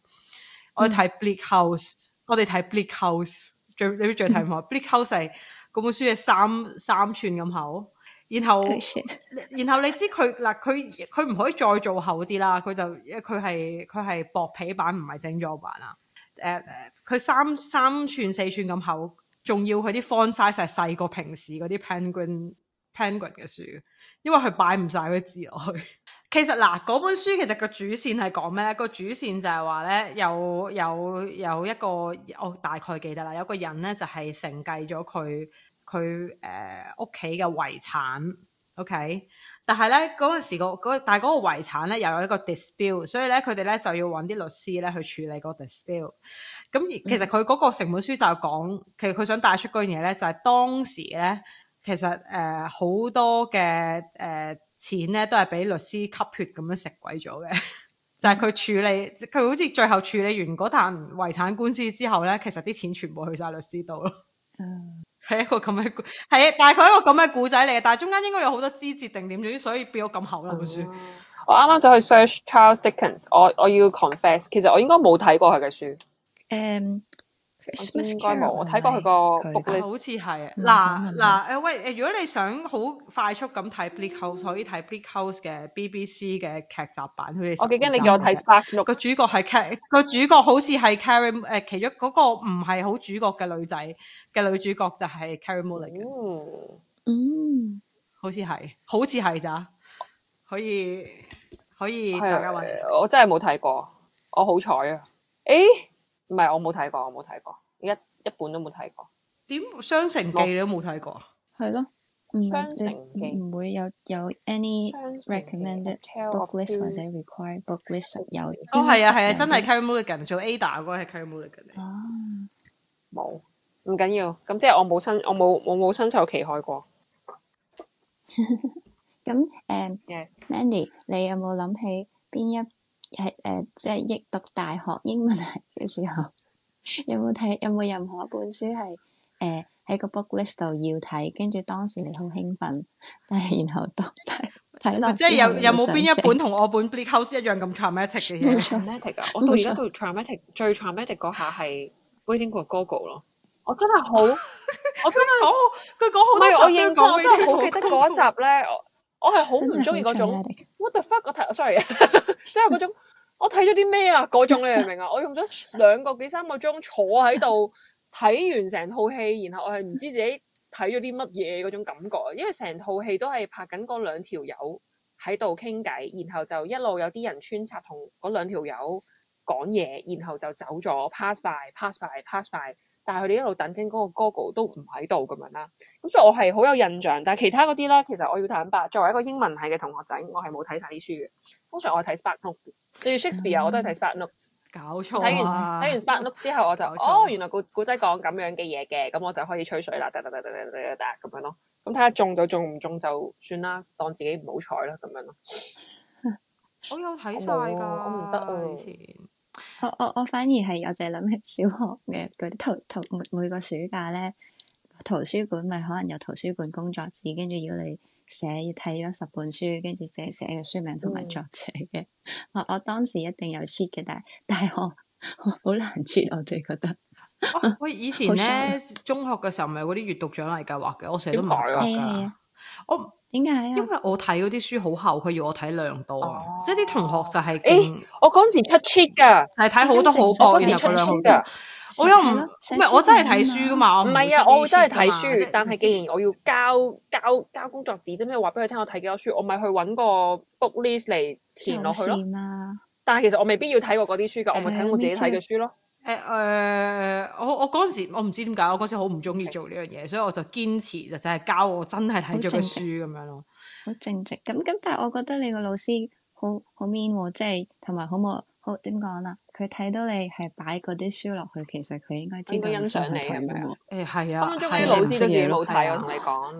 [SPEAKER 1] 我哋睇 Bleak House，我哋睇 Bleak House，最你都最睇唔開 Bleak House 係嗰本書嘅三三寸咁厚，然後
[SPEAKER 3] Oh shit！
[SPEAKER 1] 然後你知佢嗱佢佢唔可以再做厚啲啦，佢就佢係佢係薄皮版唔係整咗版啦。誒、啊誒佢三三寸四寸咁厚，仲要佢啲 font size 係細過平時嗰啲 penguin penguin 嘅書，因為佢擺唔晒嗰啲字落去。 [laughs] 其實嗱，嗰本書其實個主線係講咩咧？個主線就係話咧，有有有一個我大概記得啦，有個人咧就係、承繼咗佢佢誒屋企嘅遺產，OK。但係咧嗰陣時個嗰但係嗰個遺產咧又有一個 dispute，所以咧佢哋咧就要揾啲律師咧去處理個 dispute。咁而其實佢嗰個成本書就係講，其實佢想帶出嗰樣嘢咧，就係、當時咧其實誒好、多嘅誒、呃錢咧都係俾律師吸血咁樣食鬼咗嘅。 [laughs] 就係佢處理，佢好似最後處理完嗰壇遺產官司之後咧，其實啲錢全部去晒律師度咯。
[SPEAKER 3] 嗯
[SPEAKER 1] 係一個咁嘅故，係啊，大概一個咁嘅故仔嚟嘅，但係中間應該有好多枝節定點，總之所以變咗咁厚啦本
[SPEAKER 2] 哦
[SPEAKER 1] 書。
[SPEAKER 2] 我啱啱走去 search Charles Dickens，我我要 confess，其實我應該冇睇過佢嘅書，
[SPEAKER 3] 誒 Christmas
[SPEAKER 2] 應該冇
[SPEAKER 3] Carol
[SPEAKER 2] 嗯我睇過佢個
[SPEAKER 3] 係咪
[SPEAKER 2] booklet
[SPEAKER 1] 好似係啊
[SPEAKER 3] 嗯
[SPEAKER 1] 嗱
[SPEAKER 3] 嗯
[SPEAKER 1] 嗱誒喂誒，如果你想好快速咁睇 Bleak House，可以睇 Bleak House 嘅 BBC 嘅劇集版。佢哋
[SPEAKER 2] 我
[SPEAKER 1] 記
[SPEAKER 2] 記得你叫我睇 Spark Note，
[SPEAKER 1] 個主角係 Car 個主角好似係 Carrie 誒，其中嗰個唔係好主角嘅女仔嘅女主角就係 Carrie Mulligan，
[SPEAKER 2] 嗯，
[SPEAKER 3] 嗯，
[SPEAKER 1] 好似係好似係咋，可以可
[SPEAKER 3] 嗯
[SPEAKER 1] 以
[SPEAKER 2] 係
[SPEAKER 1] 大
[SPEAKER 2] 啊
[SPEAKER 1] 家揾。
[SPEAKER 2] 我真係冇睇過，我好彩啊！誒，唔係我冇睇過，我冇睇過，一一本都冇睇過。
[SPEAKER 1] 點《雙城記》你都冇睇過啊？
[SPEAKER 3] 係咯，唔
[SPEAKER 2] 雙城記
[SPEAKER 3] 你唔會有有 any recommended book list 或者 required book list 有
[SPEAKER 1] 哦，係啊，係啊，
[SPEAKER 3] 應該
[SPEAKER 1] 真係 Carrie Mulligan 做 Ada 嗰個係 Carrie Mulligan 嚟。
[SPEAKER 3] 啊，
[SPEAKER 2] 冇，唔緊要。咁即係我冇身，我冇我冇身受其害過。
[SPEAKER 3] 咁誒
[SPEAKER 2] Yes，
[SPEAKER 3] Mandy，你有冇諗起邊一係誒即係憶讀大學英文系嘅時候，有冇睇有冇任何一本書係誒喺個 book list 度要睇，跟住當時你好興奮，但係然後當 [laughs] 睇睇落
[SPEAKER 1] 即係有
[SPEAKER 3] 之後
[SPEAKER 2] 啊
[SPEAKER 1] 有冇邊
[SPEAKER 3] 你會想
[SPEAKER 1] 一
[SPEAKER 3] 死
[SPEAKER 1] 本同我本 Bleak House 一樣咁 traumatic 嘅
[SPEAKER 3] 冇
[SPEAKER 1] 嘢？
[SPEAKER 3] 錯
[SPEAKER 2] traumatic
[SPEAKER 3] [laughs]
[SPEAKER 2] 啊！我到而家到 traumatic 最 traumatic 嗰下係 Waiting for Gogo 咯。我真係
[SPEAKER 3] [laughs]
[SPEAKER 2] 好，我真係
[SPEAKER 1] 講佢講
[SPEAKER 2] 唔
[SPEAKER 1] 好
[SPEAKER 2] 係
[SPEAKER 1] 多
[SPEAKER 2] 我
[SPEAKER 1] 集都
[SPEAKER 2] 認真，我
[SPEAKER 1] 講
[SPEAKER 2] 真係好記得嗰一集咧，我我係好
[SPEAKER 3] 真
[SPEAKER 2] 唔
[SPEAKER 3] 係
[SPEAKER 2] 中意嗰種
[SPEAKER 3] 好 traumatic
[SPEAKER 2] what the fuck 我睇，sorry，即 [laughs] 係嗰種我睇咗啲咩啊嗰種，你明唔明啊？我用咗兩個幾三個鐘坐喺度睇完成套戲，然後我係唔知自己睇咗啲乜嘢嗰種感覺，因為成套戲都係拍緊嗰兩條友喺度傾偈，然後就一路有啲人穿插同嗰兩條友講嘢，然後就走咗 pass by pass by pass by，但係佢哋一路等緊嗰個 Gogo 都唔喺度咁樣啦。咁所以我係好有印象，但係其他嗰啲咧，其實我要坦白，作為一個英文系嘅同學仔，我係冇睇晒啲書嘅。通常我係睇 Spark Notes，對住 Shakespeare 啊我都係睇 Spark Notes。
[SPEAKER 1] 搞錯
[SPEAKER 2] 睇
[SPEAKER 1] 啊
[SPEAKER 2] 完睇完 Spark Notes 之後，我就
[SPEAKER 1] 搞錯
[SPEAKER 2] 哦，原來故故仔講咁樣嘅嘢嘅，咁我就可以吹水啦，得得得得得得得咁樣咯。咁睇下中就中，唔中就算啦，當自己唔好彩啦咁樣咯。
[SPEAKER 1] 我有睇晒
[SPEAKER 2] 我冇
[SPEAKER 1] 㗎，
[SPEAKER 2] 啊我唔得啊
[SPEAKER 1] 以前
[SPEAKER 3] 我我我反而係我就係諗起小學嘅嗰啲圖圖每每個暑假咧，圖書館咪可能有圖書館工作紙，跟住要你寫睇咗十本書，跟住寫寫嘅書名同埋
[SPEAKER 2] 嗯
[SPEAKER 3] 作者嘅。我我當時一定有 cheat 嘅，但係但係我好難 cheat，我哋覺得
[SPEAKER 2] [laughs]
[SPEAKER 1] 啊喂，以前
[SPEAKER 3] 好
[SPEAKER 1] 咧中學嘅時候咪有嗰啲閱讀獎勵計劃嘅，我成日都唔
[SPEAKER 2] 點解
[SPEAKER 1] 合
[SPEAKER 2] 啊
[SPEAKER 1] 格
[SPEAKER 2] 嗯
[SPEAKER 3] 係啊係
[SPEAKER 1] 㗎
[SPEAKER 3] 啊。
[SPEAKER 1] 我
[SPEAKER 3] 點解啊
[SPEAKER 1] 因？為我睇嗰啲書好厚，佢要我睇量度啊，
[SPEAKER 2] 哦
[SPEAKER 1] 即係啲同學就係
[SPEAKER 2] 誒
[SPEAKER 1] 勁
[SPEAKER 2] 我嗰陣時出 cheat 㗎，
[SPEAKER 1] 係睇好多好
[SPEAKER 2] 我
[SPEAKER 1] 薄，
[SPEAKER 2] 嗰陣
[SPEAKER 1] 然
[SPEAKER 2] 時
[SPEAKER 1] 後
[SPEAKER 2] 出
[SPEAKER 1] 個量好
[SPEAKER 2] cheat
[SPEAKER 1] 多
[SPEAKER 2] 㗎。。
[SPEAKER 1] 我又唔
[SPEAKER 3] 係咯
[SPEAKER 1] 唔係，我真係睇書噶。嘛，我
[SPEAKER 2] 唔
[SPEAKER 1] 哦會
[SPEAKER 2] 係啊，
[SPEAKER 1] 識
[SPEAKER 2] 我真係
[SPEAKER 1] cheat 㗎
[SPEAKER 2] 睇
[SPEAKER 1] 嘛
[SPEAKER 2] 書，但係既
[SPEAKER 1] 即
[SPEAKER 2] 然我要交交交工作紙，咁你話俾佢聽我睇幾多書，我咪去揾個 book list 嚟
[SPEAKER 3] 寫
[SPEAKER 2] 填
[SPEAKER 3] 書
[SPEAKER 2] 落
[SPEAKER 3] 就
[SPEAKER 2] 去
[SPEAKER 3] 是
[SPEAKER 2] 咯。
[SPEAKER 3] 嘛，
[SPEAKER 2] 但係其實我未必要睇過嗰啲書㗎，我咪睇我自己睇嘅書咯。
[SPEAKER 1] 誒誒、我我嗰陣時我唔知點解，我嗰陣時好唔中意做呢樣嘢，所以我就堅持就就係交我真係睇咗嘅書咁樣咯。
[SPEAKER 3] 好正直。咁咁，但係我覺得你個老師好好 mean 喎，即係同埋好冇好點講啦？佢睇到你係擺嗰啲書落去，其實佢應該知道
[SPEAKER 2] 應該欣賞你
[SPEAKER 3] 係
[SPEAKER 2] 咁
[SPEAKER 3] 睇嘅
[SPEAKER 2] 樣
[SPEAKER 1] 誒
[SPEAKER 3] 喎。
[SPEAKER 1] 係
[SPEAKER 2] 分
[SPEAKER 1] 啊，
[SPEAKER 2] 分鐘
[SPEAKER 1] 係
[SPEAKER 2] 嗰啲
[SPEAKER 1] 啊
[SPEAKER 2] 老師
[SPEAKER 3] 唔識
[SPEAKER 2] 都自己
[SPEAKER 3] 嘢
[SPEAKER 2] 冇
[SPEAKER 1] 咯係
[SPEAKER 2] 睇，
[SPEAKER 1] 啊
[SPEAKER 2] 我同你講。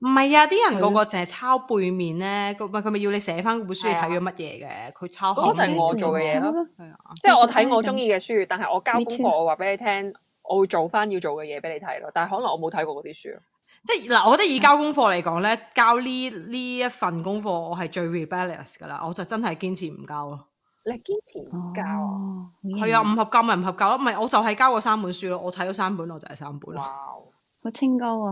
[SPEAKER 1] 唔係啊，啲
[SPEAKER 3] 係
[SPEAKER 1] 人
[SPEAKER 3] 咯
[SPEAKER 1] 個個淨係抄背面咧，佢咪佢咪要你寫翻本書你睇咗乜嘢嘅，佢抄
[SPEAKER 2] 嗰個就係
[SPEAKER 1] 係
[SPEAKER 2] 我做嘅嘢咯。
[SPEAKER 1] 係啊，
[SPEAKER 2] 即係我
[SPEAKER 3] 你覺
[SPEAKER 2] 睇
[SPEAKER 3] 得
[SPEAKER 2] 我
[SPEAKER 3] 係
[SPEAKER 2] 中意嘅書，但係我交功
[SPEAKER 3] Me too
[SPEAKER 2] 課，我話俾你聽，我會做翻要做嘅嘢俾你睇咯。但係可能我冇睇過嗰啲書。
[SPEAKER 1] 即係嗱，我覺得以交功課嚟講咧，交呢呢一份功課我係最 rebellious 噶啦，我就真係堅持唔交咯。
[SPEAKER 2] 你堅持唔交啊？
[SPEAKER 3] 哦，
[SPEAKER 1] 係啊，，唔合格哦
[SPEAKER 2] 哦
[SPEAKER 1] 咪唔合格咯，唔係我就係交過三本書咯，我睇咗三本我就係三本咯。
[SPEAKER 2] 哇！
[SPEAKER 3] 好清高啊！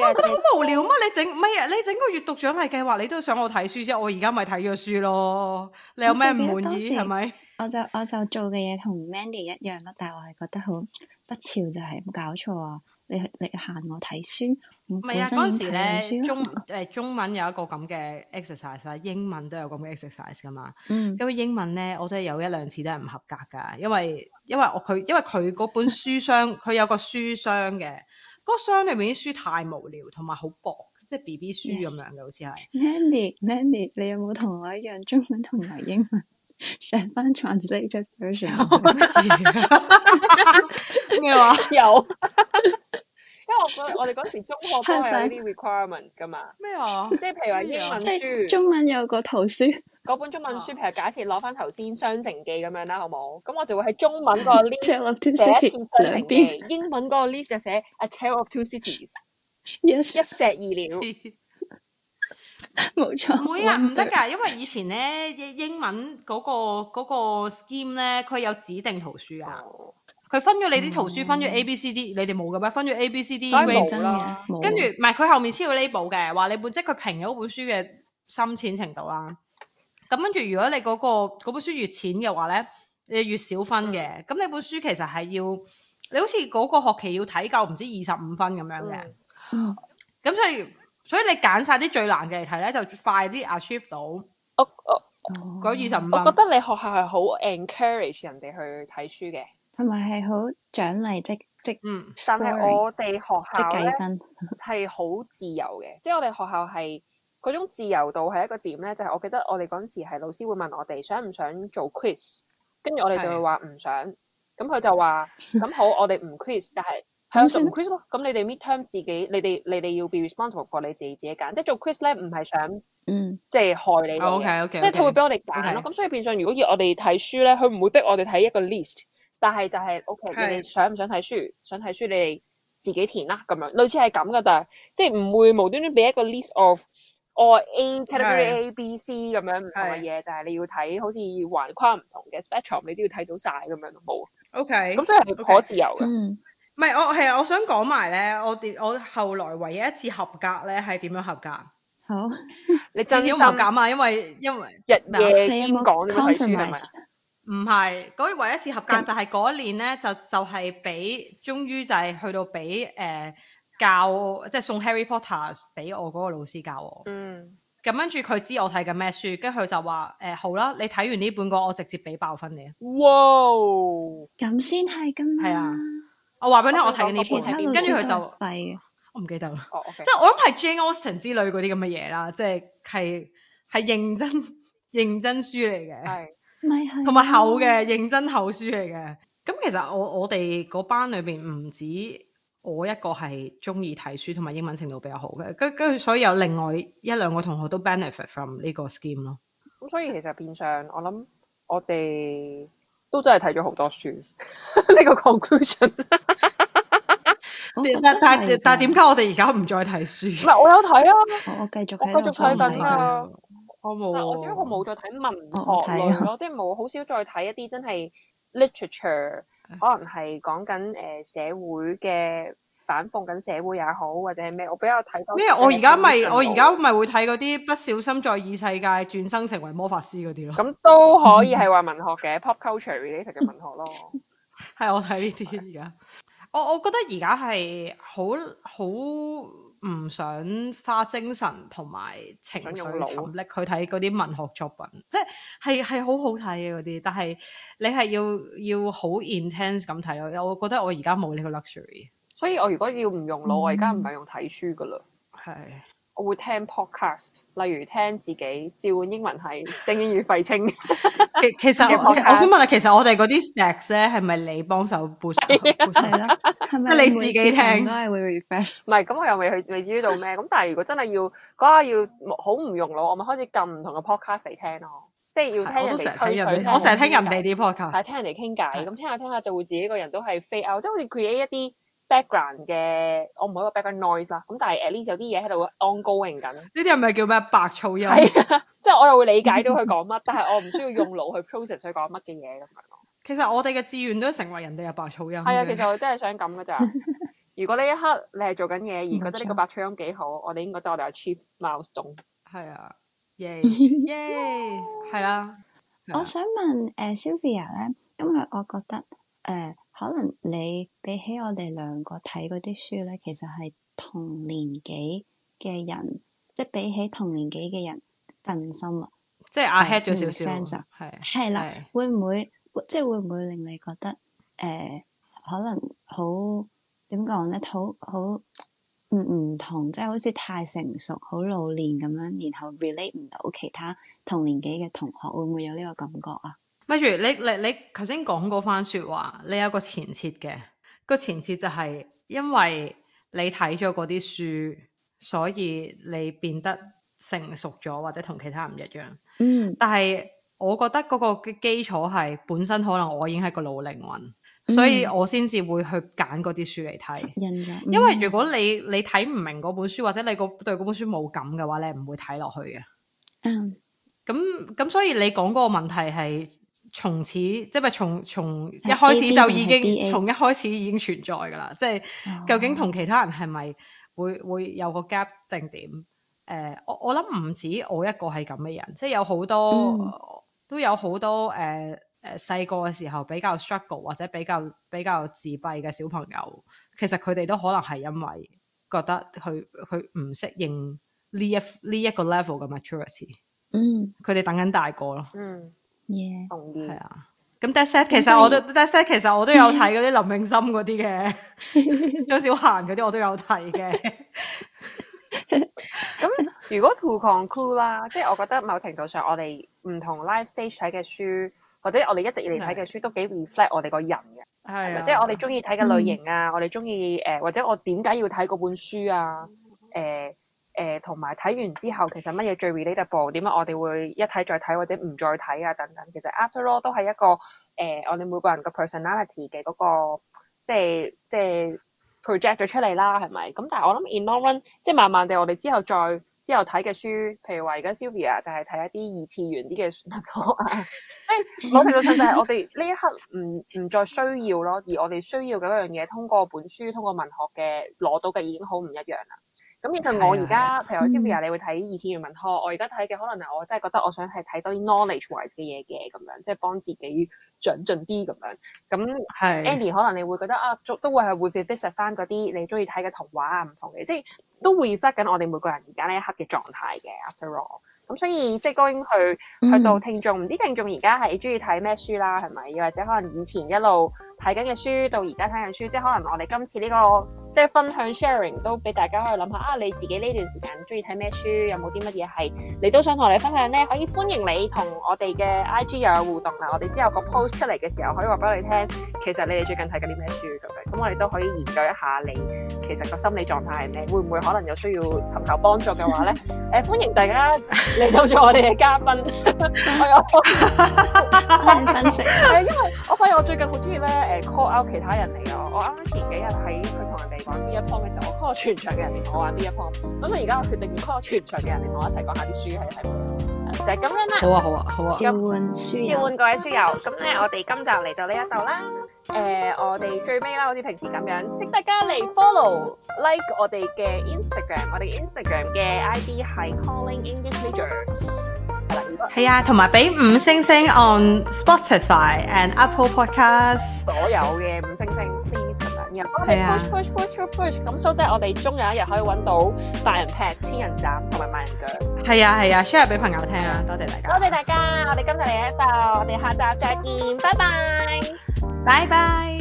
[SPEAKER 1] 哇咁哦好無聊乜？你整咩啊？你整個閱讀獎勵計劃，你都想我睇書啫？我而家咪睇咗書咯。你有咩唔
[SPEAKER 3] 我就
[SPEAKER 1] 滿意
[SPEAKER 3] 記得
[SPEAKER 1] 係
[SPEAKER 3] 當時
[SPEAKER 1] 咪？
[SPEAKER 3] 我就我就做嘅嘢同 Mandy 一樣啦，但係我係覺得好不潮，就係冇搞錯啊！你你限我睇書，我
[SPEAKER 1] 唔係
[SPEAKER 3] 本
[SPEAKER 1] 啊，
[SPEAKER 3] 身
[SPEAKER 1] 嗰陣
[SPEAKER 3] 已經
[SPEAKER 1] 時
[SPEAKER 3] 睇緊
[SPEAKER 1] 咧
[SPEAKER 3] 書啦
[SPEAKER 1] 中誒中文有一個咁嘅 exercise 啦，英文都有咁嘅 exercise 噶嘛。
[SPEAKER 3] 嗯，
[SPEAKER 1] 咁英文咧，我都係有一兩次都係唔合格噶，因為因為我佢因為佢嗰本書箱， [laughs] 佢有個書箱嘅，嗰、個箱裏面啲書太無聊，同埋好薄，即係 B B 書咁
[SPEAKER 3] Yes
[SPEAKER 1] 樣嘅，好
[SPEAKER 3] [laughs]
[SPEAKER 1] 似係。
[SPEAKER 3] Mandy Mandy，你有冇同我一樣中文同埋英文 [laughs] 成班 translated
[SPEAKER 1] [laughs]
[SPEAKER 3] version？
[SPEAKER 1] 咩話？
[SPEAKER 2] [laughs] 有， [laughs] 因為我覺得我哋嗰時中學都係有呢啲 requirement 噶嘛，
[SPEAKER 1] 咩
[SPEAKER 3] [laughs]
[SPEAKER 1] 啊？
[SPEAKER 2] 即係譬如話英文
[SPEAKER 3] 即係
[SPEAKER 2] 書
[SPEAKER 3] 中文有個圖書，
[SPEAKER 2] 嗰本
[SPEAKER 3] 啊
[SPEAKER 2] 中文書，譬如假設攞翻頭先《雙城記》咁樣啦，好冇？咁我就會喺中文
[SPEAKER 3] [laughs]
[SPEAKER 2] 個
[SPEAKER 3] 《
[SPEAKER 2] list
[SPEAKER 3] Tale of Two
[SPEAKER 2] 寫一次
[SPEAKER 3] Cities
[SPEAKER 2] 《雙
[SPEAKER 3] 兩
[SPEAKER 2] 城記
[SPEAKER 3] 邊》，
[SPEAKER 2] 英文嗰個 list 就寫《A Tale of Two Cities》，一
[SPEAKER 3] ，yes，
[SPEAKER 2] 石二鳥。
[SPEAKER 3] 冇錯。
[SPEAKER 1] 唔會啊，唔得
[SPEAKER 3] Wonder
[SPEAKER 1] 㗎，因為以前咧英英文嗰、個嗰、個 scheme 咧，佢有指定圖書
[SPEAKER 2] 哦
[SPEAKER 1] 㗎。佢分咗你啲圖書，分咗 A、B、C、D，你哋冇嘅咩？分咗 A、B、C、D、
[SPEAKER 2] 嗯梗係冇
[SPEAKER 1] grade
[SPEAKER 3] 真
[SPEAKER 2] 啦
[SPEAKER 3] 嘅，冇
[SPEAKER 1] 跟住唔係佢後面超 label 嘅，話你本即係佢評咗本書嘅深淺程度啦。咁跟住如果你嗰、個嗰本書越淺嘅話咧，你越少分
[SPEAKER 2] 嗯
[SPEAKER 1] 嘅。咁、你本書其實係要你好似嗰個學期要睇夠唔知二十五分咁樣嘅。
[SPEAKER 3] 嗯
[SPEAKER 1] 咁、所以所以你揀晒啲最難嘅嚟睇咧，就快啲 achieve 到
[SPEAKER 2] 我我
[SPEAKER 3] 哦
[SPEAKER 1] 嗰二十五
[SPEAKER 2] 我覺
[SPEAKER 1] 分。
[SPEAKER 2] 得你學校係好 encourage 人哋去睇書嘅，
[SPEAKER 3] 同埋係好獎勵，即即
[SPEAKER 1] 嗯，
[SPEAKER 2] 但係
[SPEAKER 3] scoring，
[SPEAKER 2] 我哋學
[SPEAKER 3] 即
[SPEAKER 2] 校咧
[SPEAKER 3] 計。分。
[SPEAKER 2] 係好自由嘅，即係我哋學校係嗰種自由度係一個點咧，就係、我記得我哋嗰陣時係老師會問我哋想唔想做 quiz，跟住我哋就會話唔想，咁佢就話咁好，我哋唔 quiz，但係係啊，就
[SPEAKER 3] 咁算
[SPEAKER 2] 唔
[SPEAKER 3] 啦
[SPEAKER 2] quiz 咯，咁你哋 midterm 自己，你哋你哋要 be responsible for 你自己自己揀，即係做 quiz 咧唔係想
[SPEAKER 3] 嗯，
[SPEAKER 2] 即係害你哋嘅
[SPEAKER 1] OK OK，
[SPEAKER 2] 即係佢會俾我哋揀咯。
[SPEAKER 1] OK
[SPEAKER 2] 咁所以變相如果要我哋睇書咧，佢唔會逼我哋睇一個 list，但係就係 O K，
[SPEAKER 1] 係
[SPEAKER 2] 你哋想唔想睇書？想睇書你哋自己填啦，咁樣類似係咁噶，但係即係唔會無端端俾一個 list of 我 A category
[SPEAKER 1] 係
[SPEAKER 2] A B C 咁樣唔同嘅
[SPEAKER 1] 係
[SPEAKER 2] 嘢，就係你要睇好似橫跨唔同嘅 spectrum，你都要睇到晒咁樣都冇。
[SPEAKER 1] OK
[SPEAKER 2] 咁所以係
[SPEAKER 1] OK
[SPEAKER 2] 可自由嘅。
[SPEAKER 3] 嗯，
[SPEAKER 1] 唔係我係我想講埋咧，我哋我後來唯一一次合格咧係點樣合格？
[SPEAKER 3] 好。
[SPEAKER 1] 至
[SPEAKER 2] 你真心
[SPEAKER 1] 少唔合格啊嘛，因為因為
[SPEAKER 2] 日
[SPEAKER 1] 嗱
[SPEAKER 2] 夜
[SPEAKER 3] 你有
[SPEAKER 2] 兼
[SPEAKER 3] 冇
[SPEAKER 2] 講咁樣睇書係咪
[SPEAKER 3] compromise？？啊
[SPEAKER 1] 唔係嗰唯一一次合格就係嗰一年咧，就就係俾終於就係去到俾誒、呃教即係送 Harry Potter 俾我嗰個老師教我。
[SPEAKER 2] 嗯，
[SPEAKER 1] 咁跟住佢知我睇緊咩書，跟住佢就話誒、呃好啦，你睇完呢本個，我直接俾爆分你。
[SPEAKER 2] 哇！
[SPEAKER 3] 咁先係噶嘛。
[SPEAKER 1] 係啊我話俾你聽，我睇緊
[SPEAKER 2] 我
[SPEAKER 3] 其
[SPEAKER 1] 呢本，
[SPEAKER 3] 他老
[SPEAKER 1] 跟
[SPEAKER 2] 本
[SPEAKER 1] 住佢
[SPEAKER 3] 師都
[SPEAKER 1] 就
[SPEAKER 3] 係廢嘅。
[SPEAKER 1] 我唔記得啦。
[SPEAKER 2] 哦，OK
[SPEAKER 1] 即。係我諗係 Jane Austen 之類嗰啲咁嘅嘢啦，即係係係認真 [laughs] 認真書嚟嘅。
[SPEAKER 2] 係
[SPEAKER 3] 咪係。
[SPEAKER 1] 同埋厚嘅。認真厚書嚟嘅。咁其實我我哋嗰班裏邊唔止我一個係中意睇書同埋英文程度比較好嘅，跟跟住所以有另外一兩個同學都 benefit from 呢個 scheme 咯。
[SPEAKER 2] 咁所以其實變相，我諗我哋都真係睇咗好多書。呢個 conclusion 哦
[SPEAKER 3] 我覺得
[SPEAKER 1] 但但
[SPEAKER 3] 係
[SPEAKER 1] 但
[SPEAKER 3] 㗎
[SPEAKER 1] 點解我哋而家唔再睇
[SPEAKER 2] 唔
[SPEAKER 1] 書？
[SPEAKER 2] 係我有睇啊，
[SPEAKER 3] 我我繼續
[SPEAKER 2] 我
[SPEAKER 3] 喺
[SPEAKER 2] 繼續
[SPEAKER 3] 度
[SPEAKER 2] 睇
[SPEAKER 3] 喪
[SPEAKER 2] 緊
[SPEAKER 3] 禮
[SPEAKER 2] 啊
[SPEAKER 3] 㗎。
[SPEAKER 1] 我冇
[SPEAKER 2] 但
[SPEAKER 1] 喎，
[SPEAKER 2] 我只不過冇再睇文
[SPEAKER 3] 我我
[SPEAKER 2] 學
[SPEAKER 3] 睇啊
[SPEAKER 2] 類咯，即係冇好少再睇一啲真係 literature，可能係講緊誒社會嘅反諷緊社會也好，或者係咩，我比較睇多。
[SPEAKER 1] 咩？我而家咪我而家咪會睇嗰啲不小心在異世界轉生成為魔法師嗰啲咯。
[SPEAKER 2] 咁都可以係話文學嘅 pop culture related 嘅文學 [laughs] 咯。
[SPEAKER 1] 係我睇呢啲而家。我我覺得而家係好好唔想花精神同埋情緒
[SPEAKER 2] 想用
[SPEAKER 1] 沉
[SPEAKER 2] 腦
[SPEAKER 1] 溺去睇嗰啲文學作品，即係係係好好睇嘅嗰啲，但係你係要要好 intense 咁睇咯。我覺得我而家冇呢個 luxury，
[SPEAKER 2] 所以我如果要唔用腦，我而家唔
[SPEAKER 3] 嗯
[SPEAKER 2] 係用睇書噶啦。
[SPEAKER 1] 係
[SPEAKER 2] 我會聽 podcast，例如聽自己召喚英文係精英與廢青， [laughs]
[SPEAKER 1] 其其實
[SPEAKER 2] 嘅
[SPEAKER 1] 我
[SPEAKER 2] podcast
[SPEAKER 1] 我想問下，其實我哋嗰啲 stacks 咧係咪你幫手 boost？
[SPEAKER 2] 啊
[SPEAKER 3] 係
[SPEAKER 1] boost-
[SPEAKER 3] [laughs] 啦，係咪
[SPEAKER 1] 即係你
[SPEAKER 3] 每
[SPEAKER 1] 自己
[SPEAKER 3] 次
[SPEAKER 1] 聽
[SPEAKER 3] 都係會 refresh？
[SPEAKER 2] 唔係咁我又未去未至於到咩，咁但係如果真係要嗰下要好唔用腦，我咪開始撳唔同嘅 podcast 嚟聽咯，即係要
[SPEAKER 1] 係
[SPEAKER 2] 聽
[SPEAKER 1] 我
[SPEAKER 2] 人
[SPEAKER 1] 都
[SPEAKER 2] 哋
[SPEAKER 1] 成日睇
[SPEAKER 2] 吹
[SPEAKER 1] 人
[SPEAKER 2] 水，
[SPEAKER 1] 哋，我成日聽人
[SPEAKER 2] 傾偈
[SPEAKER 1] 哋啲 podcast，
[SPEAKER 2] 係聽人哋傾偈，咁聽下聽下就會自己個人都係 fade out，即係好似 create 一啲 background 嘅，我唔好話 background noise 啦，咁但係 at least 有啲嘢喺度 ongoing 緊。
[SPEAKER 1] 呢啲係咪叫咩白噪音？
[SPEAKER 2] 係啊，即係我又會理解到佢講乜，但係我唔需要用腦去 process 佢講乜嘅嘢咁樣咯。啊
[SPEAKER 1] 其實我哋嘅志願都係成為人哋嘅白噪音啫。
[SPEAKER 2] 係啊，其實我真係想咁噶咋。如果呢一刻你係做緊嘢而覺得呢個
[SPEAKER 3] 冇錯
[SPEAKER 2] 白噪音幾好，我哋應該當我哋係 achieve milestone。
[SPEAKER 1] 系啊， [laughs] 耶耶，系啦，係
[SPEAKER 3] 我
[SPEAKER 1] 啊
[SPEAKER 3] 想問誒、呃 Sylvia 咧，因為我覺得誒、呃可能你比起我哋兩個睇嗰啲書咧，其實係同年紀嘅人，即係比起同年紀嘅人更深啊。
[SPEAKER 1] 即系阿 head
[SPEAKER 3] 係
[SPEAKER 1] 咗
[SPEAKER 3] 嗯
[SPEAKER 1] 少少，
[SPEAKER 3] sense 啊
[SPEAKER 1] 系
[SPEAKER 3] 係啦，
[SPEAKER 1] 系
[SPEAKER 3] 會唔會即係會唔會令你覺得誒、呃可能好點講咧，好好唔唔同，即係好似太成熟、好老練咁樣，然後 relate 唔到其他同年紀嘅同學，會唔會有呢個感覺啊？
[SPEAKER 1] 咪住你你你頭先講嗰番说話，你有個前設嘅，個前設就係因為你睇咗嗰啲書，所以你變得成熟咗或者同其他人唔一樣。
[SPEAKER 3] 嗯。
[SPEAKER 1] 但係我覺得嗰個嘅基礎係本身可能我已經係個老靈魂，所以
[SPEAKER 3] 嗯
[SPEAKER 1] 我先至會去揀嗰啲書嚟睇。
[SPEAKER 3] 印嘅，
[SPEAKER 1] 因為
[SPEAKER 3] 嗯
[SPEAKER 1] 如果你你睇唔明嗰本書，或者你個對嗰本書冇感嘅話，你係唔會睇落去嘅。
[SPEAKER 3] 嗯
[SPEAKER 1] 咁咁，所以你講嗰個問題係從此，即係咪從從一
[SPEAKER 3] 係哦
[SPEAKER 1] 開
[SPEAKER 3] AB
[SPEAKER 1] 始就已
[SPEAKER 3] 定
[SPEAKER 1] 經
[SPEAKER 3] 係 BA
[SPEAKER 1] 從一開始已經存在㗎啦？即係究竟同其他人係咪會會有個 gap 定點？誒、我我諗唔止我一個係咁嘅人，即係有好多、
[SPEAKER 3] 嗯
[SPEAKER 1] 都有好多誒誒細個嘅時候比較 struggle 或者比較比較自閉嘅小朋友，其實佢哋都可能係因為覺得佢佢唔適應呢一呢一個 level 嘅 maturity。
[SPEAKER 3] 嗯
[SPEAKER 1] 佢哋等緊大個咯，
[SPEAKER 2] 嗯，
[SPEAKER 3] 耶，
[SPEAKER 2] 同意
[SPEAKER 1] 係。啊。咁 That Set 其
[SPEAKER 3] 所以
[SPEAKER 1] 實我都 That Set 其實我都有睇嗰啲林永森嗰啲嘅，張小娴嗰啲我都有睇嘅。
[SPEAKER 2] 咁如果 to conclude 啦，即係我覺得某程度上，我哋唔同 life stage 睇嘅書，或者我哋一直以嚟睇嘅書，都幾 reflect 我哋個人嘅，
[SPEAKER 1] 係
[SPEAKER 2] 係咪
[SPEAKER 1] 啊，
[SPEAKER 2] 即係我哋中意睇嘅類型啊，我哋中意誒，或者我點解要睇嗰本書啊？誒誒，同埋睇完之後，其實乜嘢最 relatable？點解我哋會一睇再睇或者唔再睇啊？等等，其實 after all 都係一個誒、我哋每個人嘅 personality 嘅嗰、個即係即係 project 咗出嚟啦，係咪？咁但係我諗 in long run，即係慢慢地，我哋之後再之後睇嘅書，譬如話而家 Sylvia 就係睇一啲二次元啲嘅書啊， [laughs] 即係某程度上就係我哋呢一刻唔唔再需要咯，而我哋需要嘅嗰樣嘢，通過本書、通過文學嘅攞到嘅已經好唔一樣啦。咁其實我而
[SPEAKER 1] 係啊
[SPEAKER 2] 家，譬如話 Sylvia，你會睇二次元文學，我而家睇嘅可能係我真係覺得我想係睇多啲 knowledge wise 嘅嘢嘅咁樣，即係幫自己長進啲咁樣。咁
[SPEAKER 1] 係
[SPEAKER 2] Andy 可能你會覺得啊，都都會係會 revisit 翻嗰啲你中意睇嘅童話啊，唔同嘅，即係都會 reflect 緊我哋每個人而家呢一刻嘅狀態嘅。After all，咁所以即係當然去去
[SPEAKER 3] 嗯
[SPEAKER 2] 到聽眾，唔知聽眾而家係中意睇咩書啦，係咪？又或者可能以前一路睇緊嘅書，到而家睇緊書，即係可能我哋今次呢、個即係分享 sharing 都俾大家可以諗下啊，你自己呢段時間中意睇咩書，有冇啲乜嘢係你都想同我哋分享咧？可以歡迎你同我哋嘅 IG 又有互動啦。我哋之後個 post 出嚟嘅時候，可以話俾我哋聽，其實你哋最近睇緊啲咩書咁樣，咁我哋都可以研究一下你其實個心理狀態係咩，會唔會可能有需要尋求幫助嘅話咧？誒、歡迎大家嚟到做我哋嘅嘉賓，我有。
[SPEAKER 1] [laughs]
[SPEAKER 3] 嗯分析，
[SPEAKER 2] 啊係因為我發現我最近好中意咧誒 call out 其他人嚟啊！我啱啱前幾日喺佢同人哋玩 B 一 p o 嘅時候，我 call 我全場嘅人嚟同我玩 B 一 p o 咁啊我而家我決定要 call 我全場嘅人嚟同我一齊講下啲書係睇咩，係就係咁樣啦。
[SPEAKER 1] 好啊，好啊，好啊。
[SPEAKER 3] 召喚書
[SPEAKER 2] 召
[SPEAKER 3] 友，
[SPEAKER 2] 喚各位書友，咁咧我哋今集嚟到呢一度啦。誒、我哋最尾啦，好似平時咁樣，請大家嚟 follow、like 我哋嘅 Instagram，我哋嘅 Instagram 嘅 ID 係 Calling English Majors。係啦，如果
[SPEAKER 1] 係啊，同埋俾五星星 on Spotify and Apple Podcast。
[SPEAKER 2] 所有嘅五星星 please 咁樣，然後幫你
[SPEAKER 1] 係啊
[SPEAKER 2] push push push push push，咁 so that 我哋終有一日可以揾到百人劈、千人斬同埋萬人腳。
[SPEAKER 1] 係啊，係啊，share 俾朋友聽啊，多謝大家。
[SPEAKER 2] 多謝大家，我哋今日嚟到呢度，我哋下集再見，拜拜。
[SPEAKER 1] 拜拜。